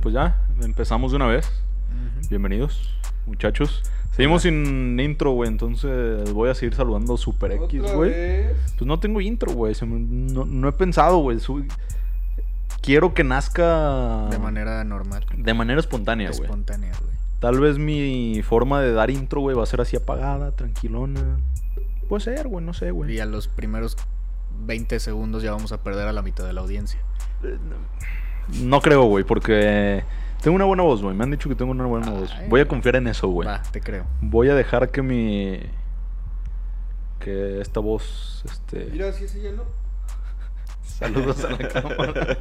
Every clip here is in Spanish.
pues ya, empezamos de una vez. Ujú. Bienvenidos, muchachos. Seguimos sin intro, güey, entonces voy a seguir saludando Super X, Otra güey. vez. Pues no tengo intro, güey. se me- No, no he pensado, güey. su- Quiero que nazca De manera normal. de manera Ah. espontánea, güey. espontánea, güey. Tal vez mi forma de dar intro, güey, va a ser así apagada, tranquilona. Puede ser, güey, no sé, güey. Y a los primeros 20 segundos ya vamos a perder a la mitad de la audiencia. No creo, güey, porque tengo una buena voz, güey. Me han dicho que tengo una buena voz. Ay. Voy a confiar en eso, güey. Va, te creo. Voy a dejar que mi. Que esta voz. Este. Mira, si ese ya no. Saludos a la cámara.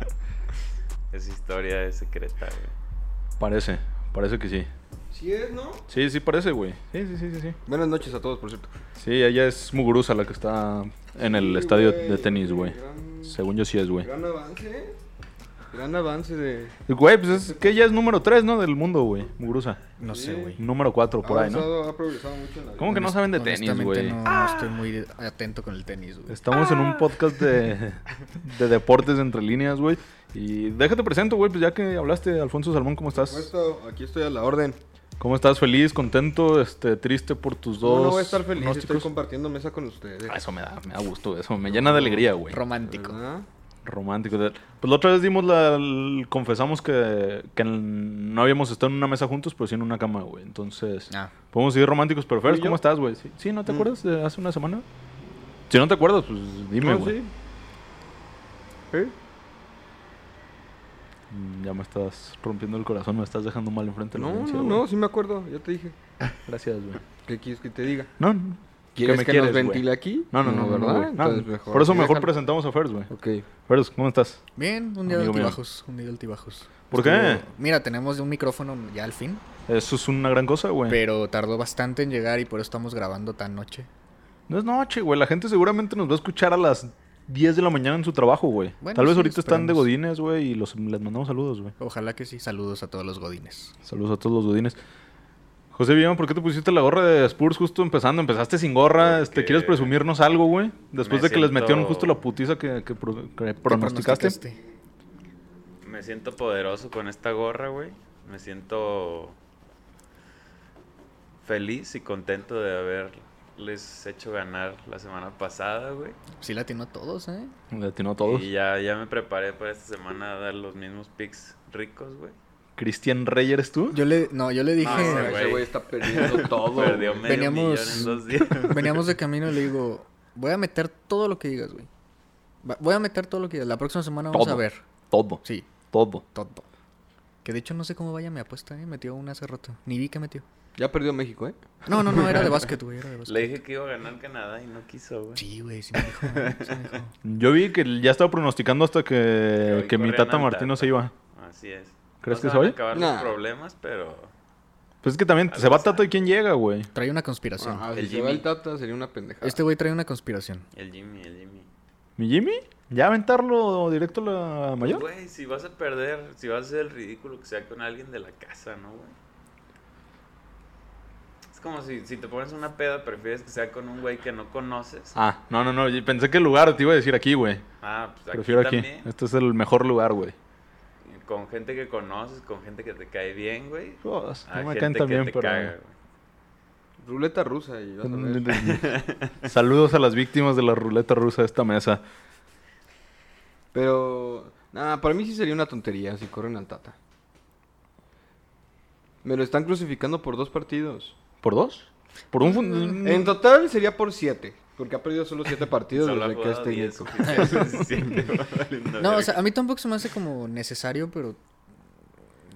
Esa historia es secreta, güey. Parece, parece que sí. Si es, ¿no? Sí, sí, parece, güey. Sí, sí, sí, sí. Sí, Buenas noches a todos, por cierto. sí ella es Muguruza la que está en el Sí, estadio güey, de tenis, güey. gran- Según yo sí es, güey. Gran avance, ¿eh? Gran avance de. Güey, pues es que ella es número 3, ¿no? Del mundo, güey. Muguruza. No Sí. sé, güey. Número 4 por ha ahí, ¿no? avanzado, Ha progresado mucho en la vida. ¿Cómo que no Honest- saben de tenis, honestamente, güey? No, no estoy muy atento con el tenis, güey. Estamos en un podcast de, de deportes entre líneas, güey. Y déjate presento, güey, pues ya que hablaste, Alfonso Salmón, ¿cómo Por estás? supuesto, aquí estoy a la orden. ¿Cómo estás? ¿Feliz? ¿Contento? Este, ¿Triste por tus No, dos? no voy a estar feliz, estoy pronósticos? compartiendo mesa con ustedes. Ah, Eso me da, me da gusto, eso me llena de alegría, güey. Romántico. Ah. ¿Verdad? Romántico. Pues la otra vez dimos la. el- confesamos que, que no habíamos estado en una mesa juntos, pero sí en una cama, güey. Entonces. Ah, Podemos seguir románticos, pero Fer, ¿Y yo? ¿cómo estás, güey? ¿Sí? sí, ¿no te Mm. acuerdas de hace una semana? Si no te acuerdas, pues dime, No, güey. sí. ¿Eh? Mm, Ya me estás rompiendo el corazón, me estás dejando mal enfrente de la No, audiencia, no, güey. no, sí me acuerdo, ya te dije. Gracias, güey. ¿Qué quieres que te diga? No, no. ¿Qué ¿Quieres me que nos güey? ventile aquí? No, no, no, no, ¿verdad? güey. No, Entonces mejor. Por eso sí, mejor déjalo. presentamos a Fer, güey. Ok. Fer, ¿cómo estás? bien, un día de Amigo mío. altibajos. Un día de altibajos. ¿Por qué? Mira, tenemos un micrófono ya al fin, Eso es una gran cosa, güey. pero tardó bastante en llegar y por eso estamos grabando tan noche. No es noche, güey. La gente seguramente nos va a escuchar a las 10 de la mañana en su trabajo, güey. Bueno, Tal vez sí, ahorita están de esperemos. godines, güey, y los, les mandamos saludos, güey. Ojalá que sí. Saludos a todos los godines. Saludos a todos los godines. José Villama, ¿por qué te pusiste la gorra de Spurs justo empezando? Empezaste sin gorra. Este, Porque ¿Quieres presumirnos algo, güey? Después me de que les siento- metieron justo la putiza que, que pro- que ¿Qué pronosticaste. Me siento poderoso con esta gorra, güey. Me siento feliz y contento de haberles hecho ganar la semana pasada, güey. Sí, la atinó a todos, ¿eh? Le atinó a todos. Y ya, ya me preparé para esta semana a dar los mismos picks ricos, güey. ¿Cristian Rey eres tú? Yo le, no, yo le dije, Ah, ese Ese güey. güey está perdiendo todo. Perdió güey. medio Veníamos- millón en dos días. veníamos de camino y le digo, voy a meter todo lo que digas, güey. Va- Voy a meter todo lo que digas. La próxima semana vamos Todo. a ver. Todo, Sí, todo. todo. Que de hecho no sé cómo vaya mi apuesta, ¿eh? Metió una hace rato. Ni vi que metió. Ya perdió México, ¿eh? No, no, no, era de básquet, güey, era de básquet. Le dije que iba a ganar Canadá y no quiso, güey. Sí, güey, sí me dijo, güey, sí me dijo. Yo vi que ya estaba pronosticando hasta Yo que, vi que mi corriendo Tata al Martino se Tata. iba. Así es. ¿Crees No que se van soy? a acabar Nah. los problemas, pero Pues es que también Algo se va sabe. Tata y quién llega, güey. Trae una conspiración. Ajá, si El se va Jimmy. el Tata sería una pendejada. Este güey trae una conspiración. el Jimmy, el Jimmy. ¿Mi Jimmy? ¿Ya aventarlo directo a la mayor? Güey, si vas a perder, si vas a hacer el ridículo que sea con alguien de la casa, ¿no, güey? Es como si, si te pones una peda, prefieres que sea con un güey que no conoces. Ah, Ah, no, no, no. yo Pensé que el lugar te iba a decir aquí, güey. pues aquí Prefiero aquí. también. Este es el mejor lugar, güey. Con gente que conoces, con gente que te cae bien, güey. Jodas, a Pues, No me Ah, gente caen que tan bien, te pero. caga, güey. Ruleta rusa y Mm, vas a ver. Saludos a las víctimas de la ruleta rusa de esta mesa. Pero, nada, para mí sí sería una tontería si corren al Tata. Me lo están crucificando por dos partidos. ¿Por dos? ¿Por un fun- En total sería por siete, porque ha perdido solo siete partidos Solo ha desde que este es jugado 10 técnico. oficiales, siete, va valiendo No, o verga. sea, a mí tampoco se me hace como necesario, pero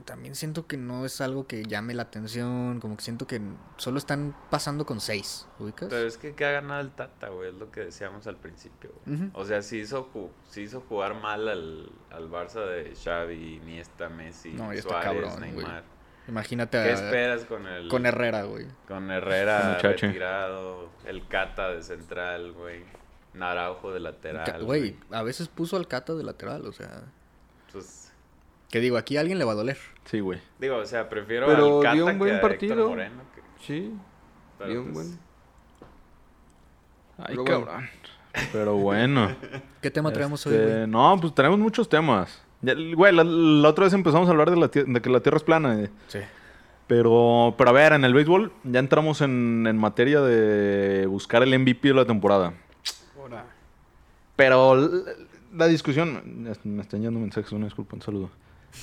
también siento que no es algo que llame la atención, como que siento que solo están pasando con seis, ¿ubicas? Pero es que que ha ganado el Tata, güey, es lo que decíamos al principio, güey. Ujú. O sea, sí hizo, ju- sí hizo jugar mal al, al Barça de Xavi, Iniesta, Messi, No, ya está Suárez, cabrón, güey. Neymar. Imagínate ¿Qué a, esperas con el con Herrera, güey. con Con Herrera el Chacho. retirado, el Cata de central, güey, Naraujo de Ca- lateral, Güey, a veces puso al Cata de lateral, o sea... Pues, Que digo, aquí a alguien le va a doler. Sí, güey. digo, o sea, prefiero Pero al Cata dio un buen que a Héctor partido. Moreno, que- Sí, pero dio un pues, buen- Ay, Pero bueno. cabrón. Pero bueno. ¿Qué tema traemos Este, hoy, güey? No, pues tenemos muchos temas. Ya, güey, la, la otra vez empezamos a hablar de, la tie- de que la Tierra es plana. eh. Sí. Pero, pero a ver, en el béisbol ya entramos en, en materia de buscar el MVP de la temporada. Pero la, la discusión... ya Me están yendo mensajes, una disculpa, un saludo.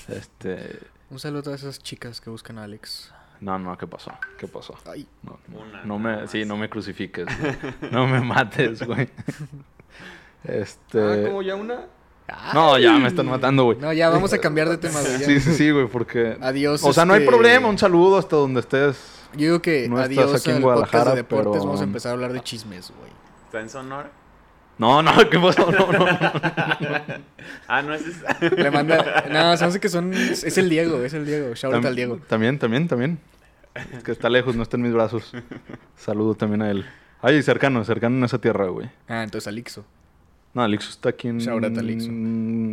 Este... Un saludo a todas esas chicas que buscan a Alex. No, no, ¿qué pasó? ¿Qué pasó? Ay, No, no, Una no nada me, más. sí, no me crucifiques. güey. No me mates, güey. Este... Ah, como ya una. No, ya me están matando, güey. ah. no, ya vamos a cambiar de tema. güey, ya. Sí, sí, sí, güey, porque... Adiós, O sea, no hay este- problema, un saludo hasta donde estés. Yo digo que No estás adiós aquí en al podcast Guadalajara, de deportes. pero- Vamos a empezar a hablar de chismes, güey. ¿Está en Sonora? No, no, ¿qué pasó? No, no, no. Ah, no, ese es Le manda. No, se me hace que son. Es el Diego, es el Diego. Shout out Tam- al Diego. También, también, también. Es que está lejos, no está en mis brazos. Saludo también a él. Ay, cercano, cercano en esa tierra, güey. Ah, entonces Alixo. No, Alixo está aquí en... Shout out a Pues Alixo.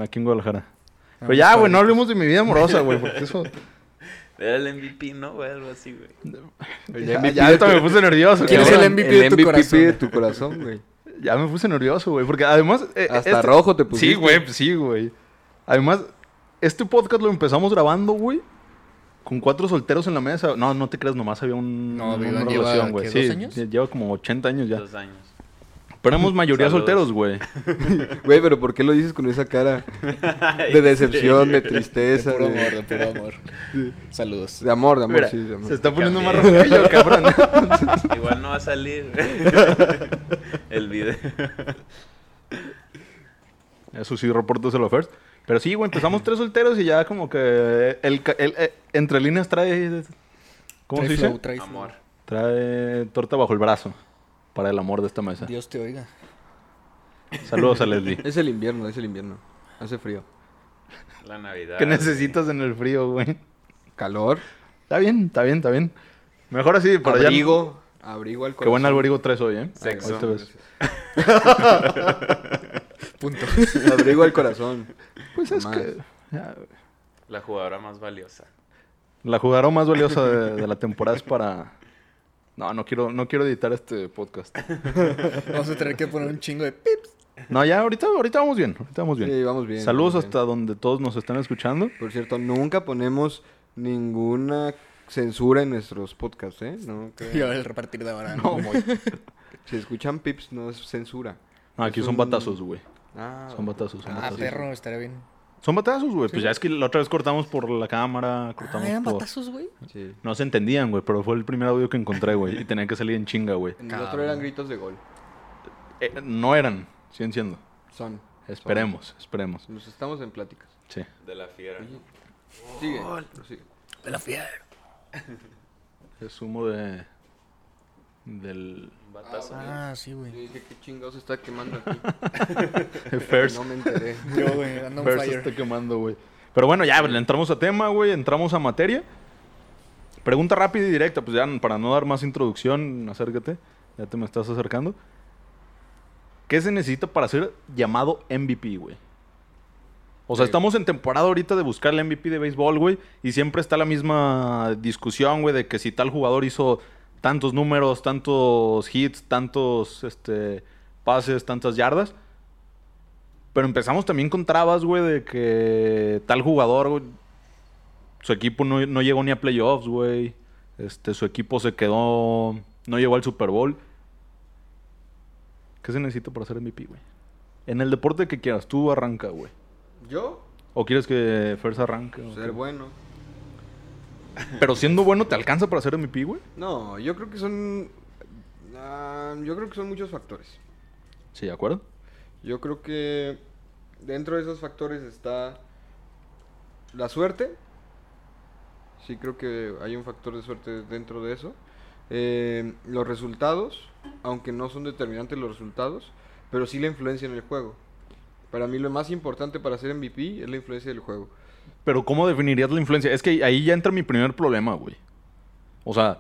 Aquí en Guadalajara. Ah, Pero ya, mis güey, no padritos. hablemos de mi vida amorosa, güey, porque eso... Era el MVP, ¿no? güey? Algo así, güey. Ya, ya ahorita me puse nervioso. ¿Quién es cabrón. el MVP de tu corazón? de tu corazón, güey. Ya me puse nervioso, güey, porque además... eh, Hasta este- rojo te pusiste. Sí, güey, pues sí, güey. Además, este podcast lo empezamos grabando, güey. Con cuatro solteros en la mesa. No, no te creas, nomás había un, una No, Vivan lleva, relación, güey. ¿qué, Sí, dos años? lle- lleva como 80 años ya. Dos años. Pero éramos mayoría Saludos. solteros, güey. Güey, pero ¿por qué lo dices con esa cara de decepción, de tristeza, De puro de, amor, de puro amor. Saludos. de amor, de amor, Mira, sí, de amor. se está poniendo más rojo Cambié. que yo, cabrón. Igual no va a salir el video. Eso sí, reportes de la first. Pero sí, güey, empezamos tres solteros y ya como que... El, ca- el- eh, entre líneas trae... ¿Cómo Trae se dice? flow, trae flow. Amor. Trae torta bajo el brazo. Para el amor de esta mesa. Dios te oiga. Saludos a Leslie. Es el invierno, es el invierno. Hace frío. La Navidad. ¿Qué necesitas en el frío, güey? Calor, Está bien, está bien, está bien. Mejor así, para allá. abrigo, abrigo al Qué corazón. buen alborigo traes hoy, ¿eh? Sexo. Ahí te ves. Punto. Abrigo al corazón. Pues es Más. que ya, güey. La jugadora más valiosa. la jugadora más valiosa de, de la temporada es para... No, no quiero, no quiero editar este podcast. Vamos a tener que poner un chingo de pips. No, ya, ahorita, ahorita vamos bien, ahorita vamos bien. Sí, vamos bien. Saludos vamos bien. hasta donde todos nos están escuchando. Por cierto, nunca ponemos ninguna censura en nuestros podcasts, ¿eh? No, Y que- ahora el repartir de ahora. No, güey. Si escuchan pips, no es censura. No, aquí Es son un- batazos, güey. Ah, Son batazos, son Ah, batazos. perro, estaría bien. Son batazos, güey. Pues ya es que la otra vez cortamos por la cámara, cortamos Ah, eran por... batazos, güey. Sí. No se entendían, güey, pero fue el primer audio que encontré, güey. Y tenía que salir en chinga, güey. En el Cabrón. otro eran gritos de gol. Eh, no eran, sí entiendo. Son. Esperemos, esperemos. Nos estamos en pláticas. Sí. De la fiera. ¿no? Sigue. sigue. De la fiera. Es humo de. Del. Un batazo. Ah, sí, Yo güey. dije, ¿qué chingados está quemando aquí? First. No me enteré. Yo, güey, ando on First fire. está quemando, güey. Pero bueno, ya, le entramos a tema, güey. Entramos a materia. Pregunta rápida y directa, pues ya, para no dar más introducción, acércate. Ya te me estás acercando. ¿Qué se necesita para ser llamado MVP, güey? O sea, estamos en temporada ahorita de buscar el MVP de béisbol, güey. Y siempre está la misma discusión, güey, de que si tal jugador hizo tantos números, tantos hits, tantos este, pases, tantas yardas. Pero empezamos también con trabas, güey, de que tal jugador, güey, su equipo no, no llegó ni a playoffs, güey. Este, su equipo se quedó, no llegó al Super Bowl. ¿Qué se necesita para ser MVP, güey? En el deporte que quieras, tú arranca, güey. Yo, ¿O quieres que First arranque? o ser qué? bueno. Pero siendo bueno, ¿te alcanza para ser MVP, güey? No, yo creo que son. ah, yo creo que son muchos factores. Sí, ¿de acuerdo? Yo creo que dentro de esos factores está la suerte. Sí, creo que hay un factor de suerte dentro de eso. Eh, los resultados, aunque no son determinantes los resultados, pero sí la influencia en el juego. Para mí lo más importante para ser MVP es la influencia del juego. Pero ¿cómo definirías la influencia? Es que ahí ya entra mi primer problema, güey. O sea,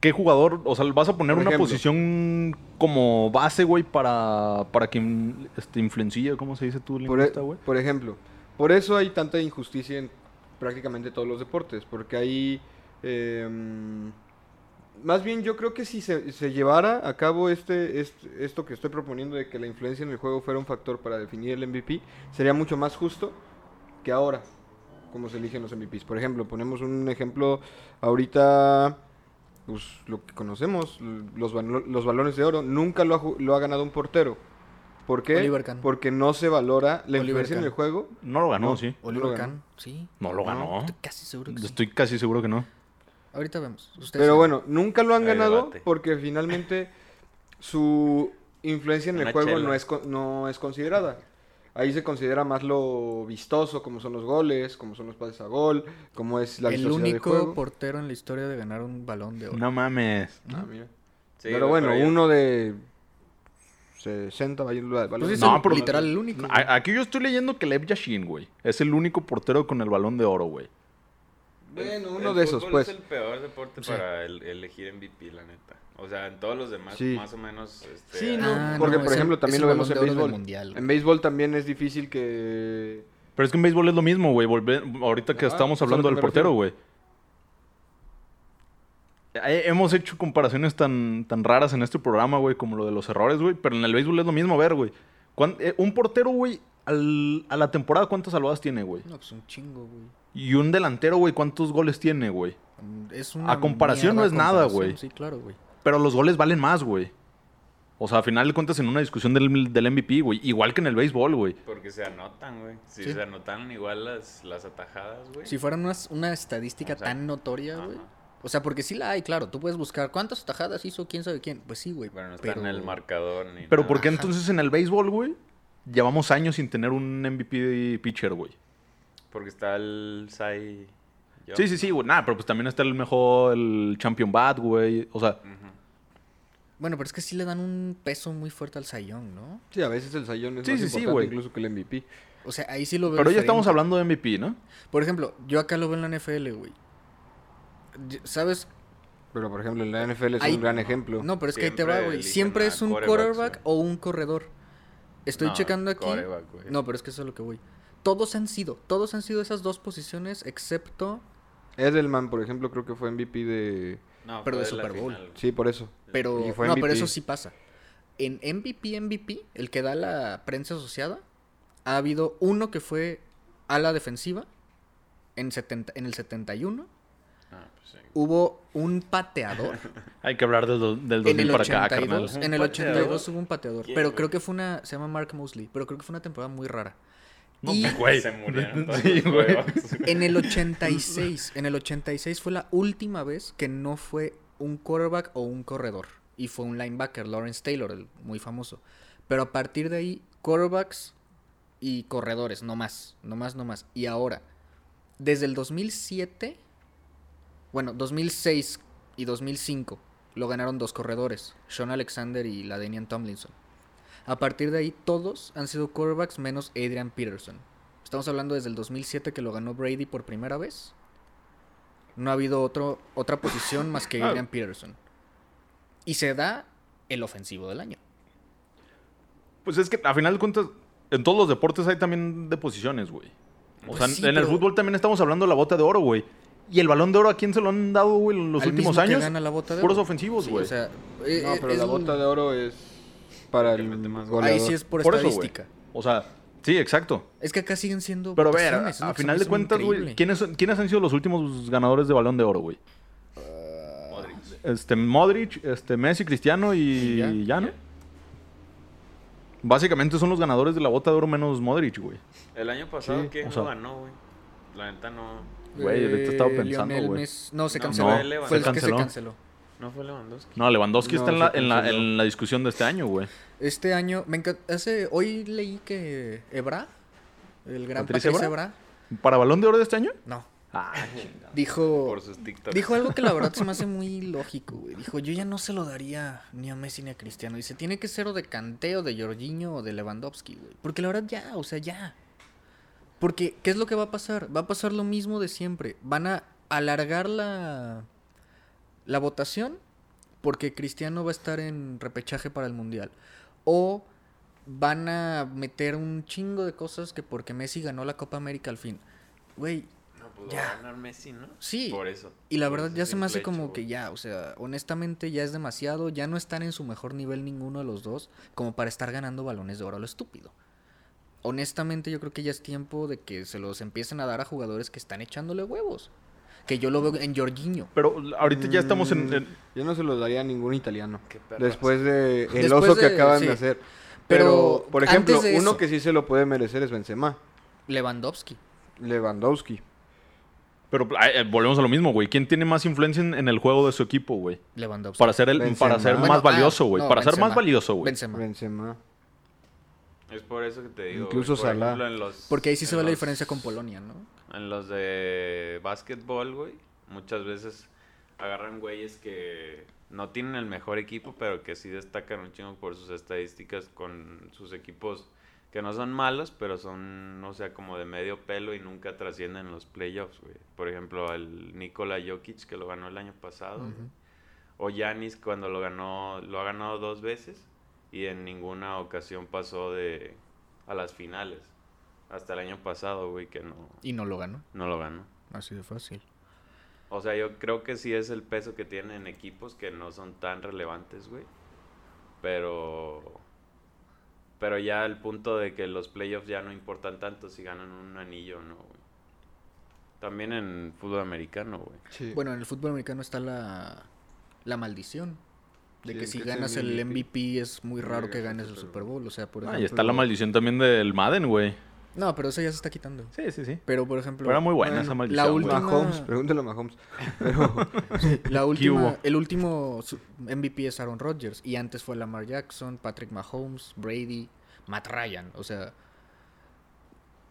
¿qué jugador? O sea, vas a poner Por una ejemplo. posición como base, güey, para, para que in- este, influencia, ¿cómo se dice tú, Por, e- lingüista, güey? por ejemplo, por eso hay tanta injusticia en prácticamente todos los deportes, porque hay em, Más bien yo creo que si se, se llevara a cabo este, este- esto que estoy proponiendo de que la influencia en el juego fuera un factor para definir el MVP, sería mucho más justo que ahora, como se eligen los MVPs. Por ejemplo, ponemos un ejemplo ahorita, pues, lo que conocemos, l- los, balo- los balones de oro, nunca lo ha, ju- lo ha ganado un portero. ¿Por qué? Oliver Kahn. Porque no se valora la Oliver influencia en Kahn. el juego. No lo ganó, No. sí. lo Oliver ganó. Kahn, sí. No lo ganó. Estoy casi seguro que sí. Estoy casi seguro que no. Ahorita vemos. Ustedes Pero saben. bueno, nunca lo han Hay ganado debate. porque finalmente su influencia en el Una juego chela. no es, con- no es considerada. Ahí se considera más lo vistoso, como son los goles, como son los pases a gol, como es la el vistosidad del único juego. portero en la historia de ganar un balón de oro. Pues No mames. Ah, mira. Sí, pero güey, bueno, yo- uno de 60 va a ir la- va a Pues es la- No, el- pero- literal el único. A- Aquí yo estoy leyendo que Lev Yashin, güey, es el único portero con el balón de oro, güey. Bueno, El- uno el de esos, fútbol pues. Es el peor deporte Sí. para el- elegir MVP, la neta. O sea, en todos los demás, Sí. más o menos. Este, Sí, hay- no, Ah, porque no, por es el- ejemplo también es lo el vemos en Balón de Oro del béisbol. Mundial, güey. en béisbol también es difícil que Pero es que en béisbol es lo mismo, güey. Volve- Ahorita que Ajá, estábamos eso es Ah, pues a hablando lo que del me portero, refiero. güey. Eh, Hemos hecho comparaciones tan, tan raras en este programa, güey, como lo de los errores, güey. Pero en el béisbol es lo mismo, a ver, güey. cuán- eh, Un portero, güey, al- a la temporada, ¿cuántas salvadas tiene, güey? No, pues un chingo, güey. Y un delantero, güey, ¿cuántos goles tiene, güey? Es una A comparación no mierda es nada, comparación, güey. Sí, claro, güey. Pero los goles valen más, güey. O sea, al final de cuentas en una discusión del, del MVP, güey. Igual que en el béisbol, güey. Porque se anotan, güey. Si Sí. se anotaron igual las, las atajadas, güey. Si fuera una, una estadística O sea, tan notoria, güey. ajá. O sea, porque sí la hay, claro. Tú puedes buscar cuántas tajadas hizo quién sabe quién. Pues sí, güey. Pero no está en el marcador ni Pero nada. ¿por qué Ajá. entonces en el béisbol, güey? Llevamos años sin tener un MVP de pitcher, güey. Porque está el Sai. Young. Sí, sí, sí, güey. Nada, pero pues también está el mejor, el Champion Bat, güey. O sea, Ujú. Bueno, pero es que sí le dan un peso muy fuerte al Sayón, ¿no? sí, a veces el sayón es Sí, más sí, sí, importante güey. incluso que el MVP. O sea, ahí sí lo veo. pero ya estamos diferente. hablando de MVP, ¿no? Por ejemplo, yo acá lo veo en la NFL, güey. Y- ¿Sabes? Pero por ejemplo, en la NFL es Ahí- un gran ejemplo. No, pero es que ahí te Siempre va, güey. eligen Siempre a es un quarterbacks, quarterback güey. o un corredor. Estoy No, checando aquí. quarterback, güey. no, pero es que eso es lo que voy. Todos han sido, todos han sido esas dos posiciones, excepto. Edelman, por ejemplo, creo que fue MVP de... No, pero fue de la Super Bowl. final, güey. Sí, por eso. Pero. Y fue No, pero MVP. eso sí pasa. En MVP, MVP, el que da la prensa asociada, ha habido uno que fue ala defensiva en, 70, en el 71. Ah, pues sí. Hubo un pateador. Hay que hablar del, do- del en 2000 el para acá, carnal. 82, en el ¿Un 82 pateador? hubo un pateador. ¿Quién, Pero güey? creo que fue una. Se llama Mark Mosley. Pero creo que fue una temporada muy rara. No, y Güey. Se murieron todos Sí, los güey. juegos. en el 86. En el 86 fue la última vez que no fue un quarterback o un corredor. Y fue un linebacker, Lawrence Taylor, el muy famoso. Pero a partir de ahí, quarterbacks y corredores, no más. No más, no más. Y ahora, desde el 2007. Bueno, 2006 y 2005 lo ganaron dos corredores, Sean Alexander y la Danian Tomlinson. A partir de ahí todos han sido quarterbacks menos Adrian Peterson. Estamos hablando desde el 2007 que lo ganó Brady por primera vez. No ha habido otro, otra posición más que Adrian Peterson. Y se da el ofensivo del año. Pues es que, a final de cuentas, en todos los deportes hay también de posiciones, güey. O Pues sea, sí, en el pero- fútbol también estamos hablando de la bota de oro, güey. ¿Y el balón de oro a quién se lo han dado, güey, en los Al últimos mismo que años? gana la bota de Puros oro. ofensivos, Sí, güey. o sea, eh, No, eh, pero es la un- bota de oro es para el Obviamente más goleador. Ahí sí es por, Por eso, güey. estadística. O sea, sí, exacto. es que acá siguen siendo Pero a ver, a, votaciones, es lo a que se final me de hizo cuentas, güey, increíble. ¿quiénes, son- ¿quiénes han sido los últimos ganadores de balón de oro, güey? Modric. Este, Modric, este, Messi, Cristiano y, Y ya, ya. ¿no? Básicamente son los ganadores de la bota de oro menos Modric, güey. El año pasado, Sí, ¿quién o sea- lo ganó, güey? La neta no. Güey, ahorita estaba Eh, pensando, Lionel güey. Messi- No, se No, canceló. no, fue se el que se canceló. canceló. ¿No fue Lewandowski? No, Lewandowski No, está en se la, en, la, canceló. en la discusión de este año, güey. Este año, me encan- hace, hoy leí que Ebra, el gran ¿Patrice Patrice Evra? Ebra, ¿Para balón de oro de este año? no, Ah, chingada. dijo, Por sus TikToks. dijo algo que la verdad se me hace muy lógico, güey. Dijo, yo ya no se lo daría ni a Messi ni a Cristiano. Dice, tiene que ser o de Kanté o de Jorginho o de Lewandowski, güey. Porque la verdad ya, o sea, ya. Porque, ¿qué es lo que va a pasar? Va a pasar lo mismo de siempre. Van a alargar la, la votación porque Cristiano va a estar en repechaje para el Mundial. O van a meter un chingo de cosas que porque Messi ganó la Copa América al fin. Güey, pudo Ya. pues, ganar Messi, ¿no? Sí. Por eso. Y la Por verdad ese ya se me hace simple como hecho, que güey. ya, o sea, honestamente ya es demasiado, ya no están en su mejor nivel ninguno de los dos como para estar ganando balones de oro a lo estúpido. Honestamente yo creo que ya es tiempo de que se los empiecen a dar a jugadores que están echándole huevos. Que yo lo veo en Jorginho. Pero l- ahorita ya estamos en. Mm. en- Yo no se los daría a ningún italiano. Qué perras. Después de el Después oso que de- acaban sí. de hacer. Pero Pero, por antes ejemplo, de uno eso- que sí se lo puede merecer es Benzema. Lewandowski. Lewandowski. Pero ah, eh, volvemos a lo mismo, güey. ¿Quién tiene más influencia en, en el juego de su equipo, güey? Lewandowski. Para ser, el, Benzema. para ser Bueno, más ah, valioso, güey. no, para ser Benzema. más valioso, güey. Benzema. Benzema. Es por eso que te digo. Incluso güey. Por Salah. ejemplo, en los- Porque ahí sí se en ve la los- diferencia con Polonia, ¿no? En los de básquetbol, güey, muchas veces agarran güeyes que no tienen el mejor equipo, pero que sí destacan un chingo por sus estadísticas con sus equipos que no son malos, pero son, o sea, como de medio pelo y nunca trascienden los playoffs, güey. Por ejemplo, el Nikola Jokic, que lo ganó el año pasado, güey. Ujú. o Yanis cuando lo ganó, lo ha ganado dos veces y en ninguna ocasión pasó de a las finales. Hasta el año pasado, güey, que no, Y no lo ganó. no lo ganó. Así de fácil. O sea, yo creo que sí es el peso que tienen en equipos que no son tan relevantes, güey. Pero. Pero ya el punto de que los playoffs ya no importan tanto si ganan un anillo o no, güey. También en fútbol americano, güey. Sí. Bueno, en el fútbol americano está la, la maldición. De Sí, que el si que es ganas el MVP. MVP es muy No raro llegas que al ganes el Super Super Bowl. O sea, por Ah, ejemplo. y está la maldición también del Madden, güey. No, pero eso ya se está quitando. Sí, sí, sí. Pero por ejemplo. Pero era muy buena esa maldición, La güey. última. Mahomes, pregúntale a Mahomes. La hubo? última el último su- MVP es Aaron Rodgers. Y antes fue Lamar Jackson, Patrick Mahomes, Brady, Matt Ryan. O sea.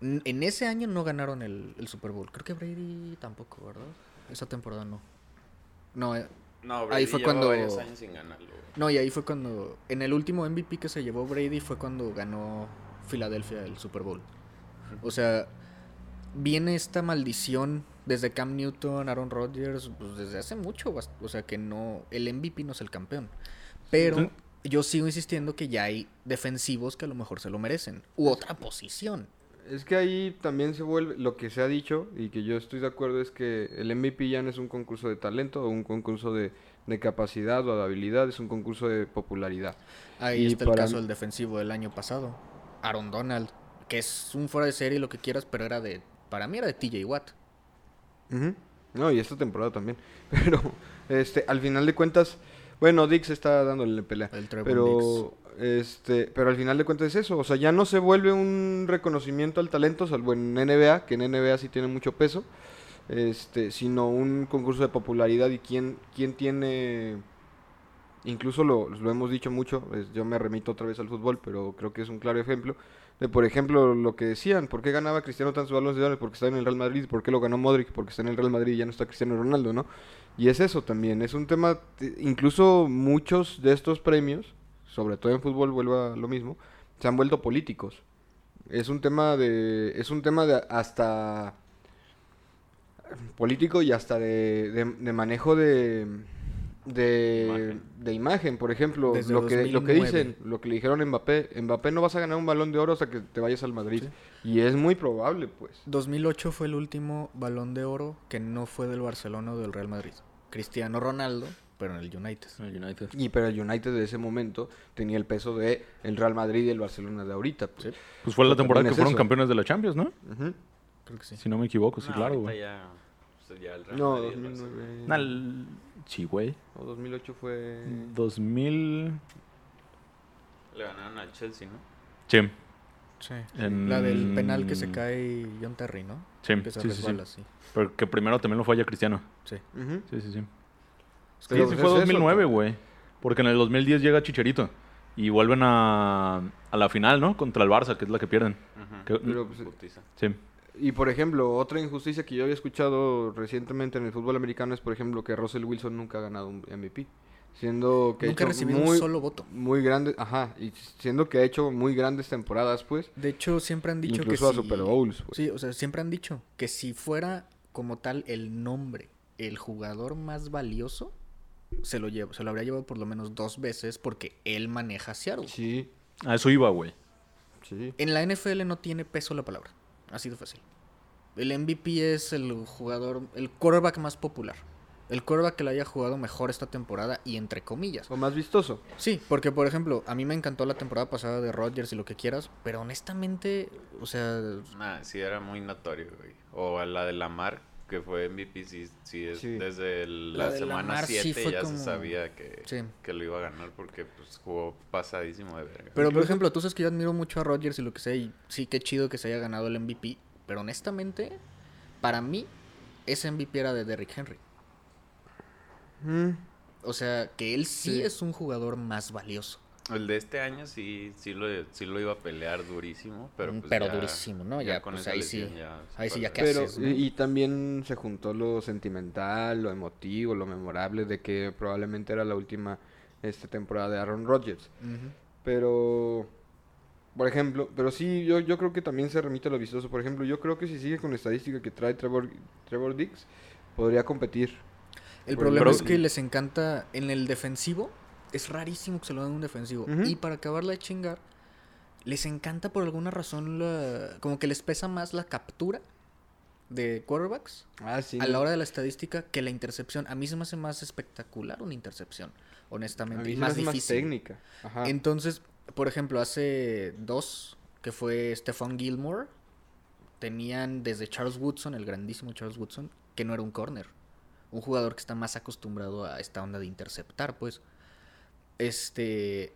n- En ese año no ganaron el, el Super Bowl. Creo que Brady tampoco, ¿verdad? Esa temporada no. No, eh, No, Ahí fue cuando- varios años sin ganarlo, güey. No, y ahí fue cuando. En el último MVP que se llevó Brady fue cuando ganó Filadelfia el Super Bowl. O sea, viene esta maldición desde Cam Newton, Aaron Rodgers, pues desde hace mucho. bas- O sea, que no. El MVP no es el campeón. Pero Ujú. yo sigo insistiendo que ya hay defensivos que a lo mejor se lo merecen. U otra posición. Es que ahí también se vuelve lo que se ha dicho y que yo estoy de acuerdo es que el MVP ya no es un concurso de talento o un concurso de, de capacidad o de habilidad, es un concurso de popularidad. Ahí Y está el para caso mí- del defensivo del año pasado. Aaron Donald, que es un fuera de serie, lo que quieras, pero era de. Para mí era de TJ Watt. Ujú. No, y esta temporada también. Pero este al final de cuentas, bueno, Dix está dándole pelea. El Trevor Diggs. Pero este, pero al final de cuentas es eso, o sea, ya no se vuelve un reconocimiento al talento, salvo en NBA, que en NBA sí tiene mucho peso, este, sino un concurso de popularidad y quién quién tiene incluso lo, lo hemos dicho mucho, es- yo me remito otra vez al fútbol, pero creo que es un claro ejemplo de por ejemplo lo que decían, ¿por qué ganaba Cristiano tantos balones de oro? Porque está en el Real Madrid, ¿por qué lo ganó Modric? Porque está en el Real Madrid y ya no está Cristiano Ronaldo, ¿no? Y es eso también, es un tema, t- incluso muchos de estos premios, sobre todo en fútbol vuelvo a lo mismo, se han vuelto políticos. Es un tema de, es un tema de hasta político y hasta de, de- de manejo de, de, Imagen. de imagen, por ejemplo, Desde lo que, lo que 2009. dicen, lo que le dijeron a Mbappé, Mbappé no vas a ganar un balón de oro hasta que te vayas al Madrid. Y es muy probable, pues. 2008 fue el último balón de oro que no fue del Barcelona o del Real Madrid. Cristiano Ronaldo, pero en el United. United. Y pero el United de ese momento tenía el peso de el Real Madrid y el Barcelona de ahorita. Pues. Pues fue la Pero temporada también que es fueron eso. campeones de la Champions, ¿no? Ujú. Creo que sí. Si no me equivoco, Pues sí, No, claro, ahorita güey. Ya, o sea, ya el Real No, Madrid, el Barcelona. 2009. Nah, el- Sí, güey. O 2008 fue... 2000. Le ganaron al Chelsea, ¿no? Sí. En- La del Mm. penal que se cae John Terry, ¿no? Sí, Que se sí, sí, sí. resbala, sí. Pero que primero también lo falla Cristiano. Sí. Ujú. Sí, sí, sí. Es que Sí, lo- sí es fue eso, 2009, pues. güey. Porque en el 2010 llega Chicharito. Y vuelven a, a la final, ¿no? Contra el Barça, que es la que pierden. Ujú. Que- Pero, pues, Putiza. sí. Y por ejemplo, otra injusticia que yo había escuchado recientemente en el fútbol americano es, por ejemplo, que Russell Wilson nunca ha ganado un MVP. Siendo que ha Nunca hecho he recibido muy, un solo voto. muy grande, ajá, y siendo que ha hecho muy grandes temporadas, pues, De hecho, siempre han dicho incluso a que si- Super Bowls, pues. Sí, o sea, siempre han dicho que si fuera como tal el nombre, el jugador más valioso, se lo, llevo, se lo habría llevado por lo menos dos veces porque él maneja Seattle. Sí, A eso iba, güey. sí. En la NFL no tiene peso la palabra. Así de fácil. El MVP es el jugador, el quarterback más popular. El quarterback que la haya jugado mejor esta temporada y entre comillas. O más vistoso. Sí, porque por ejemplo, a mí me encantó la temporada pasada de Rodgers y lo que quieras, pero honestamente, o sea, Nah, Ah, sí, era muy notorio, güey. O a la de Lamar, que fue MVP, sí, sí, es- Sí. desde el- La la, de semana Lamar sí 7 fue ya como- se sabía que, Sí. que lo iba a ganar porque pues, jugó pasadísimo de verga. pero por Incluso- ejemplo, tú sabes que yo admiro mucho a Rodgers y lo que sea, y sí que chido que se haya ganado el MVP, pero honestamente, para mí, ese MVP era de Derrick Henry. O sea, que él sí, Sí. es un jugador más valioso, El de este año sí, sí, lo, sí lo iba a pelear durísimo, pero Mm, pues pero ya- durísimo, ¿no? Ya, pues, esa ahí sí- lesión ya se ahí sí ya pasó. ¿Qué Pero, haces, no? y, y también se juntó lo sentimental, lo emotivo, lo memorable de que probablemente era la última este, temporada de Aaron Rodgers. Pero, por ejemplo, pero sí, yo, yo creo que también se remite a lo vistoso. Por ejemplo, yo creo que si sigue con la estadística que trae Trevor, Trevor Dix, podría competir. El Bueno, problema pero- es que les encanta en el defensivo. Es rarísimo que se lo den a un defensivo. Ujú. Y para acabarla de chingar, les encanta por alguna razón, la- como que les pesa más la captura de quarterbacks Ah, sí. a la hora de la estadística que la intercepción. A mí se me hace más espectacular una intercepción, honestamente. y más, más difícil. técnica. Ajá. Entonces, por ejemplo, hace dos, que fue Stefan Gilmore, tenían desde Charles Woodson, el grandísimo Charles Woodson, que no era un corner. Un jugador que está más acostumbrado a esta onda de interceptar, pues. Este.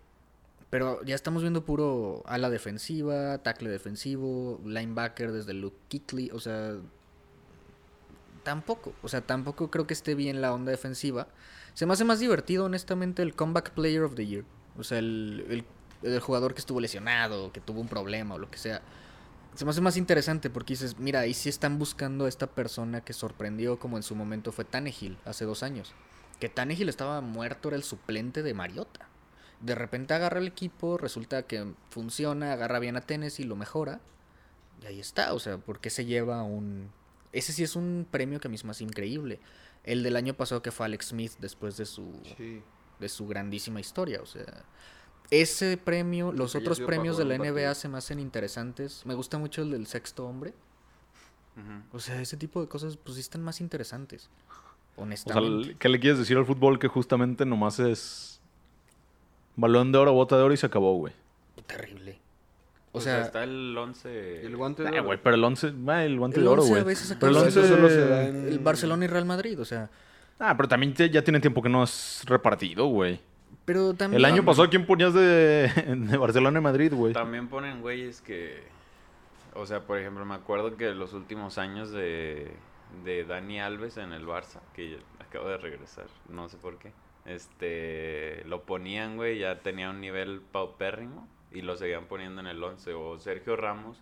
Pero ya estamos viendo puro ala defensiva, tackle defensivo, linebacker desde Luke Kuechly, o sea. Tampoco, o sea, tampoco creo que esté bien la onda defensiva. Se me hace más divertido, honestamente, el Comeback Player of the Year. O sea, el, el- el jugador que estuvo lesionado, que tuvo un problema o lo que sea. Se me hace más interesante porque dices, mira, ahí sí están buscando a esta persona que sorprendió como en su momento fue Tannehill hace dos años. Que Tannehill estaba muerto, era el suplente de Mariota. De repente agarra el equipo, resulta que funciona, agarra bien a Tennessee, lo mejora. Y ahí está, o sea, ¿por qué se lleva un... Ese sí es un premio que a mí se me hace increíble. El del año pasado que fue Alex Smith después de su, Sí. de su grandísima historia, o sea... Ese premio, los haya otros sido para premios de jugar la un NBA partido. se me hacen interesantes. Me gusta mucho el del sexto hombre. Ujú. O sea, ese tipo de cosas pues sí están más interesantes. O sea, Honestamente. ¿qué le quieres decir al fútbol que justamente nomás es balón de oro, bota de oro y se acabó, güey? Terrible. O, O sea, sea, Pues está el 11. El guante de Ah, oro. güey, pero el 11, el guante El de oro, 11 a güey. veces Pero el acaba- once- Eso solo se da en- el Barcelona y Real Madrid, o sea... Ah, pero también te- ya tiene tiempo que no es repartido, güey. Pero también... El año pasado, ¿quién ponías de, de Barcelona y Madrid, güey? También ponen güeyes que. O sea, por ejemplo, me acuerdo que los últimos años de, de Dani Alves en el Barça, que ya acabo de regresar, no sé por qué. Este, lo ponían, güey, ya tenía un nivel paupérrimo y lo seguían poniendo en el 11. O Sergio Ramos,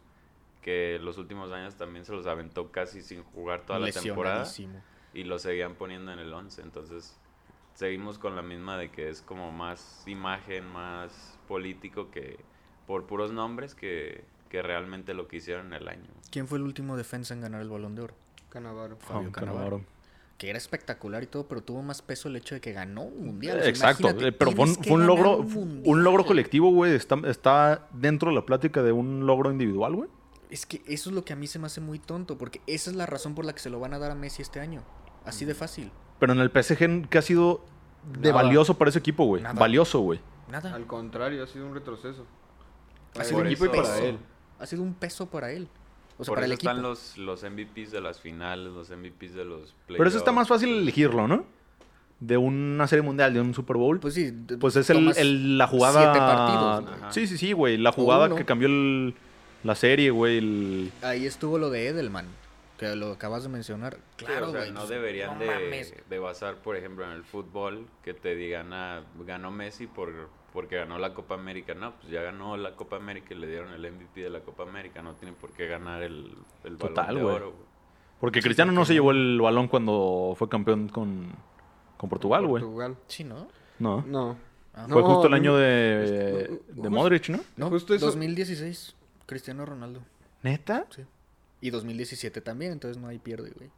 que los últimos años también se los aventó casi sin jugar toda la temporada lesionadísimo. y lo seguían poniendo en el 11. Entonces, seguimos con la misma de que es como más imagen, más político que por puros nombres que, que realmente lo que hicieron en el año. ¿Quién fue el último defensa en ganar el Balón de Oro? Canavaro. Ah, Fabio Cannavaro. Cannavaro. Que era espectacular y todo, pero tuvo más peso el hecho de que ganó un mundial. O sea, Exacto, imagínate, eh, pero fue un, tienes que fue un ganar logro, mundial. un logro colectivo, güey. Está, está dentro de la plática de un logro individual, güey. Es que eso es lo que a mí se me hace muy tonto, porque esa es la razón por la que se lo van a dar a Messi este año. Así de fácil. Pero en el PSG, ¿qué ha sido de Nada. valioso para ese equipo, güey? Nada. Valioso, güey. Nada. Al contrario, ha sido un retroceso. Ha Para sido el un equipo y para peso. él. Ha sido un peso para él. O sea, por para el eso equipo. están los, los MVPs de las finales, los MVPs de los playoffs. Pero eso está más fácil elegirlo, ¿no? De una serie mundial, de un Super Bowl. Pues, Pues sí. d- es el, tomas el- la jugada. Siete partidos. ¿no? Ajá. Sí, sí, sí, güey. La jugada uno. que cambió el- la serie, güey. el- Ahí estuvo lo de Edelman, que lo acabas de mencionar. Sí, Claro, o sea, güey, no pues, deberían no mames. de, de basar, por ejemplo, en el fútbol que te digan, ah, ganó Messi por, porque ganó la Copa América. No, pues ya ganó la Copa América y le dieron el MVP de la Copa América. No tiene por qué ganar el, el balón Total, de güey. oro. güey. Porque Cristiano no se llevó el balón cuando fue campeón con, con Portugal, güey. Portugal. Sí, ¿no? No. No. Ah. Fue No, justo el no, año no. de, Justo- de Modric, ¿no? No, Justo eso- 2016, Cristiano Ronaldo. ¿Neta? Y 2017 también, entonces no hay pierde, güey.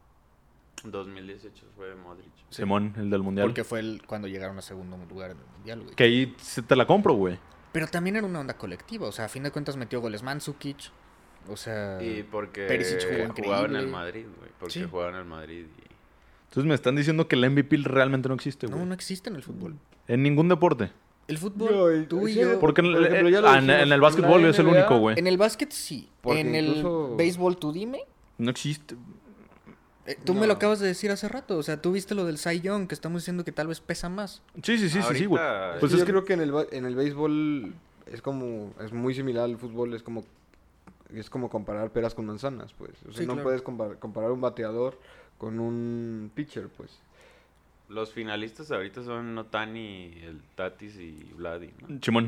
2018 fue Modric. Simón, el del Mundial. Porque fue el, cuando llegaron a segundo lugar en el mundial, güey. Que ahí se te la compro, güey. Pero también era una onda colectiva, o sea, a fin de cuentas metió goles Mansukic, O sea, Y porque Perisic jugó increíble. jugaba en el Madrid, güey. Porque Sí. jugaba en el Madrid. y- Entonces me están diciendo que el MVP realmente no existe, güey. no, no existe en el fútbol. En ningún deporte. El fútbol, Mm. Yo, y- tú y sí, yo. Por Porque en, el- ejemplo, ya lo ah, en- dijimos, en el básquetbol la es el NBA, único, güey. En el básquet sí. Porque en incluso- el béisbol, tú dime. No existe. Eh, tú me lo No. acabas de decir hace rato. O sea, tú viste lo del Cy Young, que estamos diciendo que tal vez pesa más. Sí, sí, sí, sí, sí, güey. Ahorita- Pues Sí, es yo que- creo que en el, ba- en el béisbol es como, es muy similar al fútbol, es como, es como comparar peras con manzanas, pues. O sea, Sí, no claro. puedes compar- comparar un bateador con un pitcher, pues. Los finalistas ahorita son Notani, el Tatis y Vladi, ¿no? Chimón.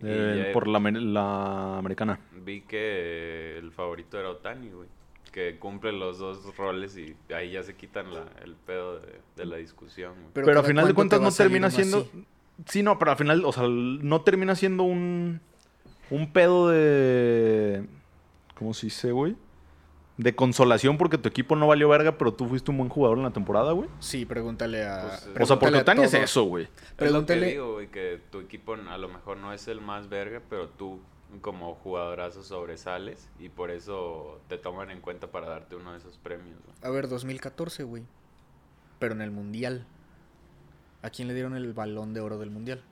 Y Eh, ya- por la, amer- la americana. Vi que el favorito era Otani, güey. Que cumple los dos roles y ahí ya se quitan la- el pedo de, de la discusión, güey. Pero, Pero al ¿cada final de cuánto cuentas te va no a salir termina uno siendo. así? Sí, no, pero al final, o sea, no termina siendo un. Un pedo de. ¿Cómo se dice, güey? De consolación porque tu equipo no valió verga, pero tú fuiste un buen jugador en la temporada, güey. Sí, pregúntale a. Pues, eh, O sea, porque pregúntale a Otani es todos. eso, güey. Es lo que Pregúntale- digo, güey, que tu equipo a lo mejor no es el más verga, pero tú como jugadorazo sobresales y por eso te toman en cuenta para darte uno de esos premios, güey. A ver, 2014, güey. Pero en el Mundial. ¿A quién le dieron el balón de oro del Mundial?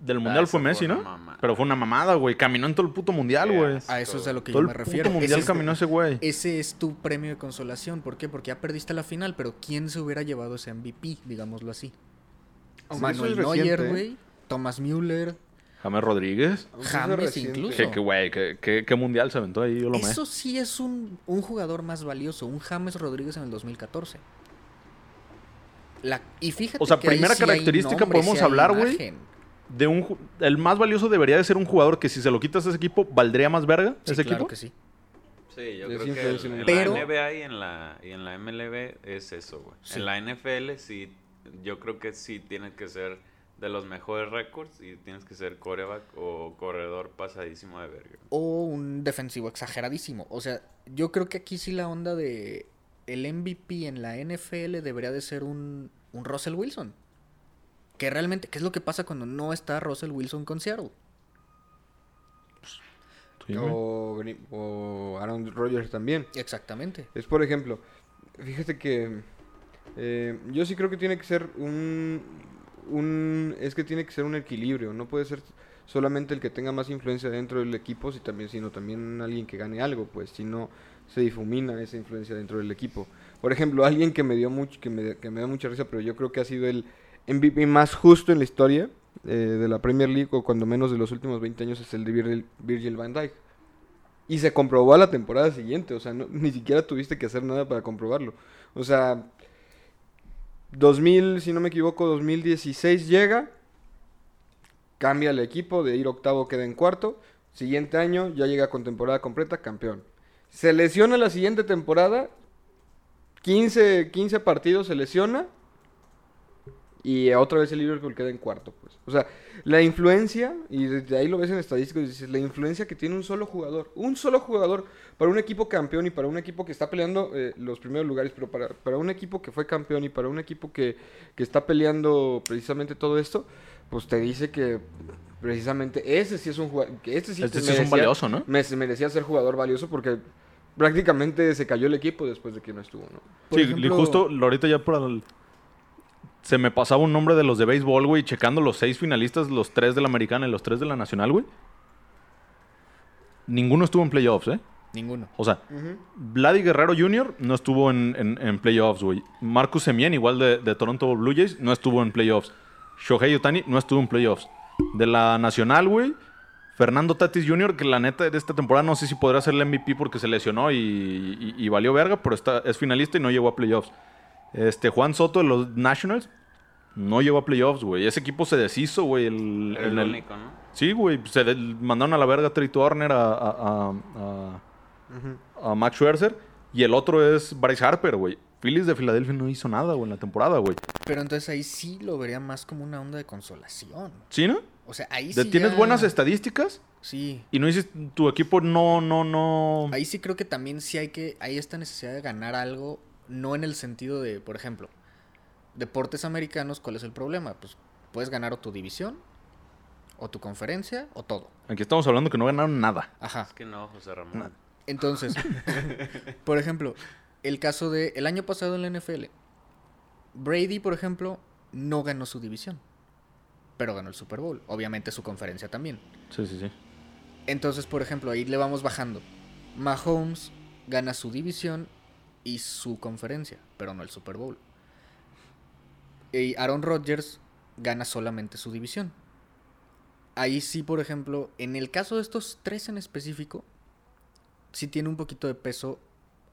Del Ah, mundial eso fue fue Messi, una ¿no? mamada. Pero fue una mamada, güey. Caminó en todo el puto mundial, Qué güey. asco. A eso es a lo que Todo el yo me puto refiero. mundial Ese es- caminó ese güey. Ese es tu premio de consolación. ¿Por qué? Porque ya perdiste la final, pero ¿quién se hubiera llevado ese MVP, digámoslo así? Aunque Manuel eso es reciente, Neuer, ¿eh? güey. Thomas Müller. James Rodríguez. Aunque eso es James reciente. incluso. Que, que, güey, que, que- que mundial se aventó ahí, yo lo me. Eso sí es un, un jugador más valioso, un James Rodríguez en el 2014. La, y fíjate O sea, que ahí primera sí hay característica nombre, podemos sí hay hablar, güey. imagen. De un, ju- el más valioso debería de ser un jugador que si se lo quitas a ese equipo, ¿valdría más verga Sí, ese claro equipo? que sí. Sí, Es yo creo que influencia en, en en el Pero- la NBA y en la, y en la MLB es eso, güey. Sí. En la NFL sí, yo creo que sí tienes que ser de los mejores récords y tienes que ser coreback o corredor pasadísimo de verga. O un defensivo exageradísimo. O sea, yo creo que aquí sí la onda de el MVP en la NFL debería de ser un, un Russell Wilson. Que realmente, ¿qué es lo que pasa cuando no está Russell Wilson con Seattle? Sí, güey. o, Gri- o Aaron Rodgers también. Exactamente. Es por ejemplo, fíjate que eh, yo sí creo que tiene que ser un, un... Es que tiene que ser un equilibrio. No puede ser solamente el que tenga más influencia dentro del equipo, si también, sino también alguien que gane algo, pues si no se difumina esa influencia dentro del equipo. Por ejemplo, alguien que me dio mucho, que me, que me da mucha risa, pero yo creo que ha sido el MVP más justo en la historia eh, de la Premier League, o cuando menos de los últimos 20 años, es el de Virgil, Virgil van Dijk. Y se comprobó a la temporada siguiente, o sea, no- ni siquiera tuviste que hacer nada para comprobarlo. O sea, 2000, si no me equivoco, 2016 llega, cambia el equipo, de ir octavo queda en cuarto, siguiente año ya llega con temporada completa, campeón. Se lesiona la siguiente temporada, 15, 15 partidos se lesiona y otra vez el Liverpool queda en cuarto. Pues. O sea, la influencia, y desde ahí lo ves en estadísticos, dices, la influencia que tiene un solo jugador, un solo jugador para un equipo campeón y para un equipo que está peleando eh, los primeros lugares, pero para, para un equipo que fue campeón y para un equipo que, que está peleando precisamente todo esto, pues te dice que precisamente ese sí es un jugador, este sí, Este te sí es un merecía- valioso, ¿no? me- se merecía ser jugador valioso porque prácticamente se cayó el equipo después de que no estuvo, ¿no? Por sí, ejemplo- y justo lo- ahorita ya por el- Se me pasaba un nombre de los de béisbol, güey, checando los seis finalistas, los tres de la americana y los tres de la nacional, güey. Ninguno estuvo en playoffs, ¿eh? Ninguno. O sea, Vladi Guerrero Jr. no estuvo en, en- en playoffs, güey. Marcus Semien, igual de, de Toronto Blue Jays, no estuvo en playoffs. Shohei Otani no estuvo en playoffs. De la Nacional, güey, Fernando Tatis Jr., que la neta de esta temporada no sé si podrá ser el MVP porque se lesionó y, y- y valió verga, pero está, es finalista y no llegó a playoffs. Este, Juan Soto de los Nationals no llegó a playoffs, güey. Ese equipo se deshizo, güey. el- Era el en el- único, ¿no? Sí, güey. Se le- mandaron a la verga a Trey Turner, a, a- a- a- a Max Scherzer. Y el otro es Bryce Harper, güey. Phillies de Filadelfia no hizo nada, güey, en la temporada, güey. Pero entonces ahí sí lo vería más como una onda de consolación. ¿Sí, no? O sea, ahí De- sí. tienes ya- buenas estadísticas Sí. y no hiciste... Tu equipo no, no, no... Ahí sí creo que también sí hay que. Hay esta necesidad de ganar algo. No en el sentido de, por ejemplo, deportes americanos, ¿cuál es el problema? Pues puedes ganar o tu división, o tu conferencia, o todo. Aquí estamos hablando que no ganaron nada. Ajá. Es que no, José Ramón. Entonces, por ejemplo, el caso de el año pasado en la NFL, Brady, por ejemplo, no ganó su división, pero ganó el Super Bowl, obviamente su conferencia también. Sí, sí, sí. Entonces, por ejemplo, ahí le vamos bajando. Mahomes gana su división y su conferencia, pero no el Super Bowl. Y Aaron Rodgers gana solamente su división. Ahí sí, por ejemplo, en el caso de estos tres en específico, sí tiene un poquito de peso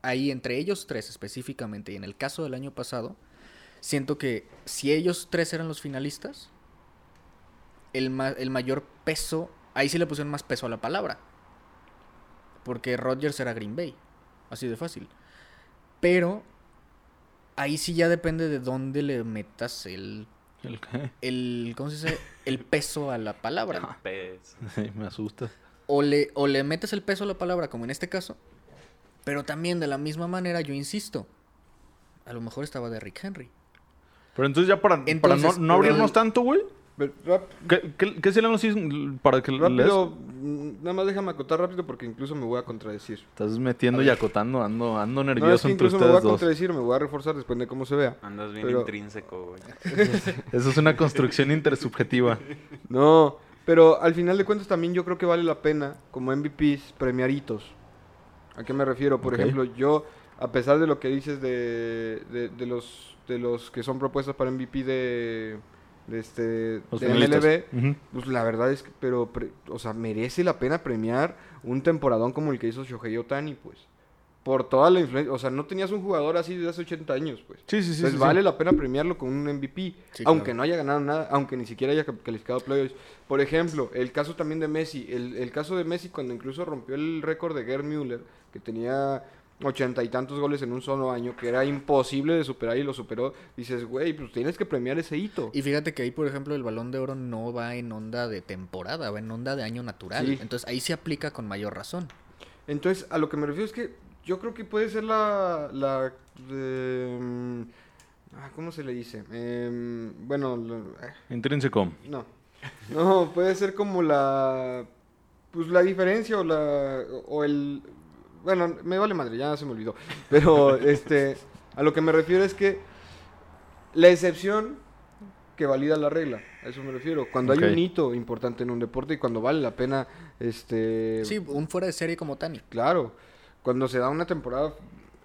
ahí entre ellos tres específicamente. Y en el caso del año pasado, siento que si ellos tres eran los finalistas, el, ma- el mayor peso, ahí sí le pusieron más peso a la palabra. Porque Rodgers era Green Bay, así de fácil. Pero ahí sí ya depende de dónde le metas el, ¿El qué? el ¿cómo se dice? El peso a la palabra. Pez. Sí, me asusta. O le, o le metes el peso a la palabra, como en este caso. Pero también de la misma manera, yo insisto, a lo mejor estaba de Rick Henry. Pero entonces ya para, para no, Entonces, no abrirnos el- tanto, güey. Pero rap- ¿Qué, qué, qué serían los is- para que leas? rápido, mm, nada más déjame acotar rápido porque incluso me voy a contradecir. Estás metiendo y acotando, ando, ando nervioso No, es que entre incluso me voy a ustedes dos. contradecir, me voy a reforzar, depende de cómo se vea. Andas bien Pero- intrínseco, güey. Eso es una construcción intersubjetiva. No, pero al final de cuentas también yo creo que vale la pena, como MVPs, premiar hitos. ¿A qué me refiero? Por Ok. ejemplo, yo, a pesar de lo que dices de, de, de los, de los que son propuestas para MVP de, de este, Los de finalistas. MLB, Ujú. pues la verdad es que, pero, pre- o sea, merece la pena premiar un temporadón como el que hizo Shohei Otani, pues. Por toda la influencia, o sea, no tenías un jugador así desde hace 80 años, pues. Sí, sí, sí. Entonces sí, sí. vale la pena premiarlo con un MVP, Sí, aunque claro. no haya ganado nada, aunque ni siquiera haya cap- calificado a playoffs. Por ejemplo, el caso también de Messi, el, el caso de Messi cuando incluso rompió el récord de Gerd Müller, que tenía ochenta y tantos goles en un solo año, que era imposible de superar y lo superó, dices, güey, pues tienes que premiar ese hito. Y fíjate que ahí, por ejemplo, el balón de oro no va en onda de temporada, va en onda de año natural. Sí. Entonces ahí se aplica con mayor razón. Entonces, a lo que me refiero es que yo creo que puede ser la... la em, ah, ¿Cómo se le dice? Em, bueno, la- Intrínseco. No. No, puede ser como la. Pues la diferencia o la. O el. Bueno, me vale madre, ya se me olvidó. Pero, este. A lo que me refiero es que. La excepción que valida la regla. A eso me refiero. Cuando Ok. hay un hito importante en un deporte y cuando vale la pena. Este. Sí, un fuera de serie como Tani. Claro, cuando se da una temporada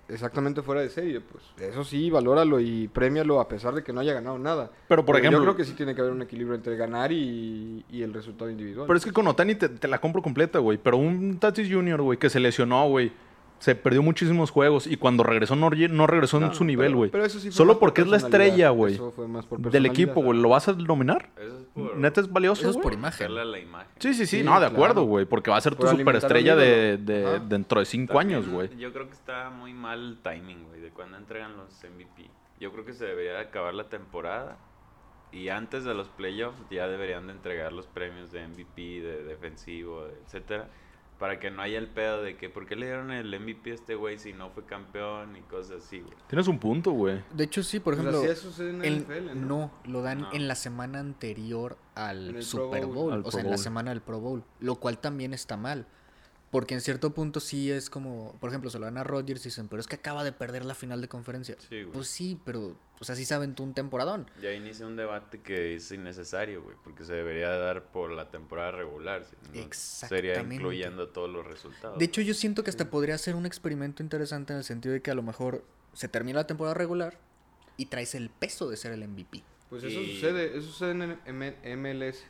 exactamente fuera de serie, pues eso sí, valóralo y premialo a pesar de que no haya ganado nada. Pero, por ejemplo- yo creo que sí tiene que haber un equilibrio entre ganar y, y el resultado individual. Pero es que con Otani te, te la compro completa, güey. Pero un Tatis Jr., güey, que se lesionó, güey. Se perdió muchísimos juegos y cuando regresó no, re- no regresó en No, su nivel, Ah, pero- güey. pero eso sí fue Solo más por porque es la personalidad, estrella, güey. eso fue más por Del personalidad. equipo, güey. ¿Lo vas a nominar? Eso es por. ¿Neta es valioso, Eso es güey? por imagen. Darle a la imagen. Sí, sí, sí. Sí, no, de claro. acuerdo, güey. Porque va a ser tu Por alimentar a un superestrella de, ídolo. de- Ajá. dentro de cinco También, años, güey. Yo creo que está muy mal el timing, güey, de cuando entregan los MVP. Yo creo que se debería de acabar la temporada y antes de los playoffs ya deberían de entregar los premios de MVP, de defensivo, de etcétera, para que no haya el pedo de que por qué le dieron el MVP a este güey si no fue campeón y cosas así, güey. Tienes un punto, güey. De hecho, sí, por Pues ejemplo. así es, sucede en el- NFL, no. ¿no? lo dan No. en la semana anterior En al el Super Pro Bowl. Bowl, Al o Pro sea, en la Bowl. semana del Pro Bowl, lo cual también está mal. Porque en cierto punto sí es como, por ejemplo, se lo dan a Rodgers y dicen, pero es que acaba de perder la final de conferencia. Sí, güey. pues sí, pero, o sea, sí se aventó un temporadón. Ya inicia un debate que es innecesario, güey, porque se debería dar por la temporada regular. si no, Sería Exactamente. incluyendo todos los resultados. De hecho, yo siento que hasta podría ser un experimento interesante en el sentido de que a lo mejor se termina la temporada regular y traes el peso de ser el MVP. Pues eso Y- sucede, eso sucede en el M- MLS.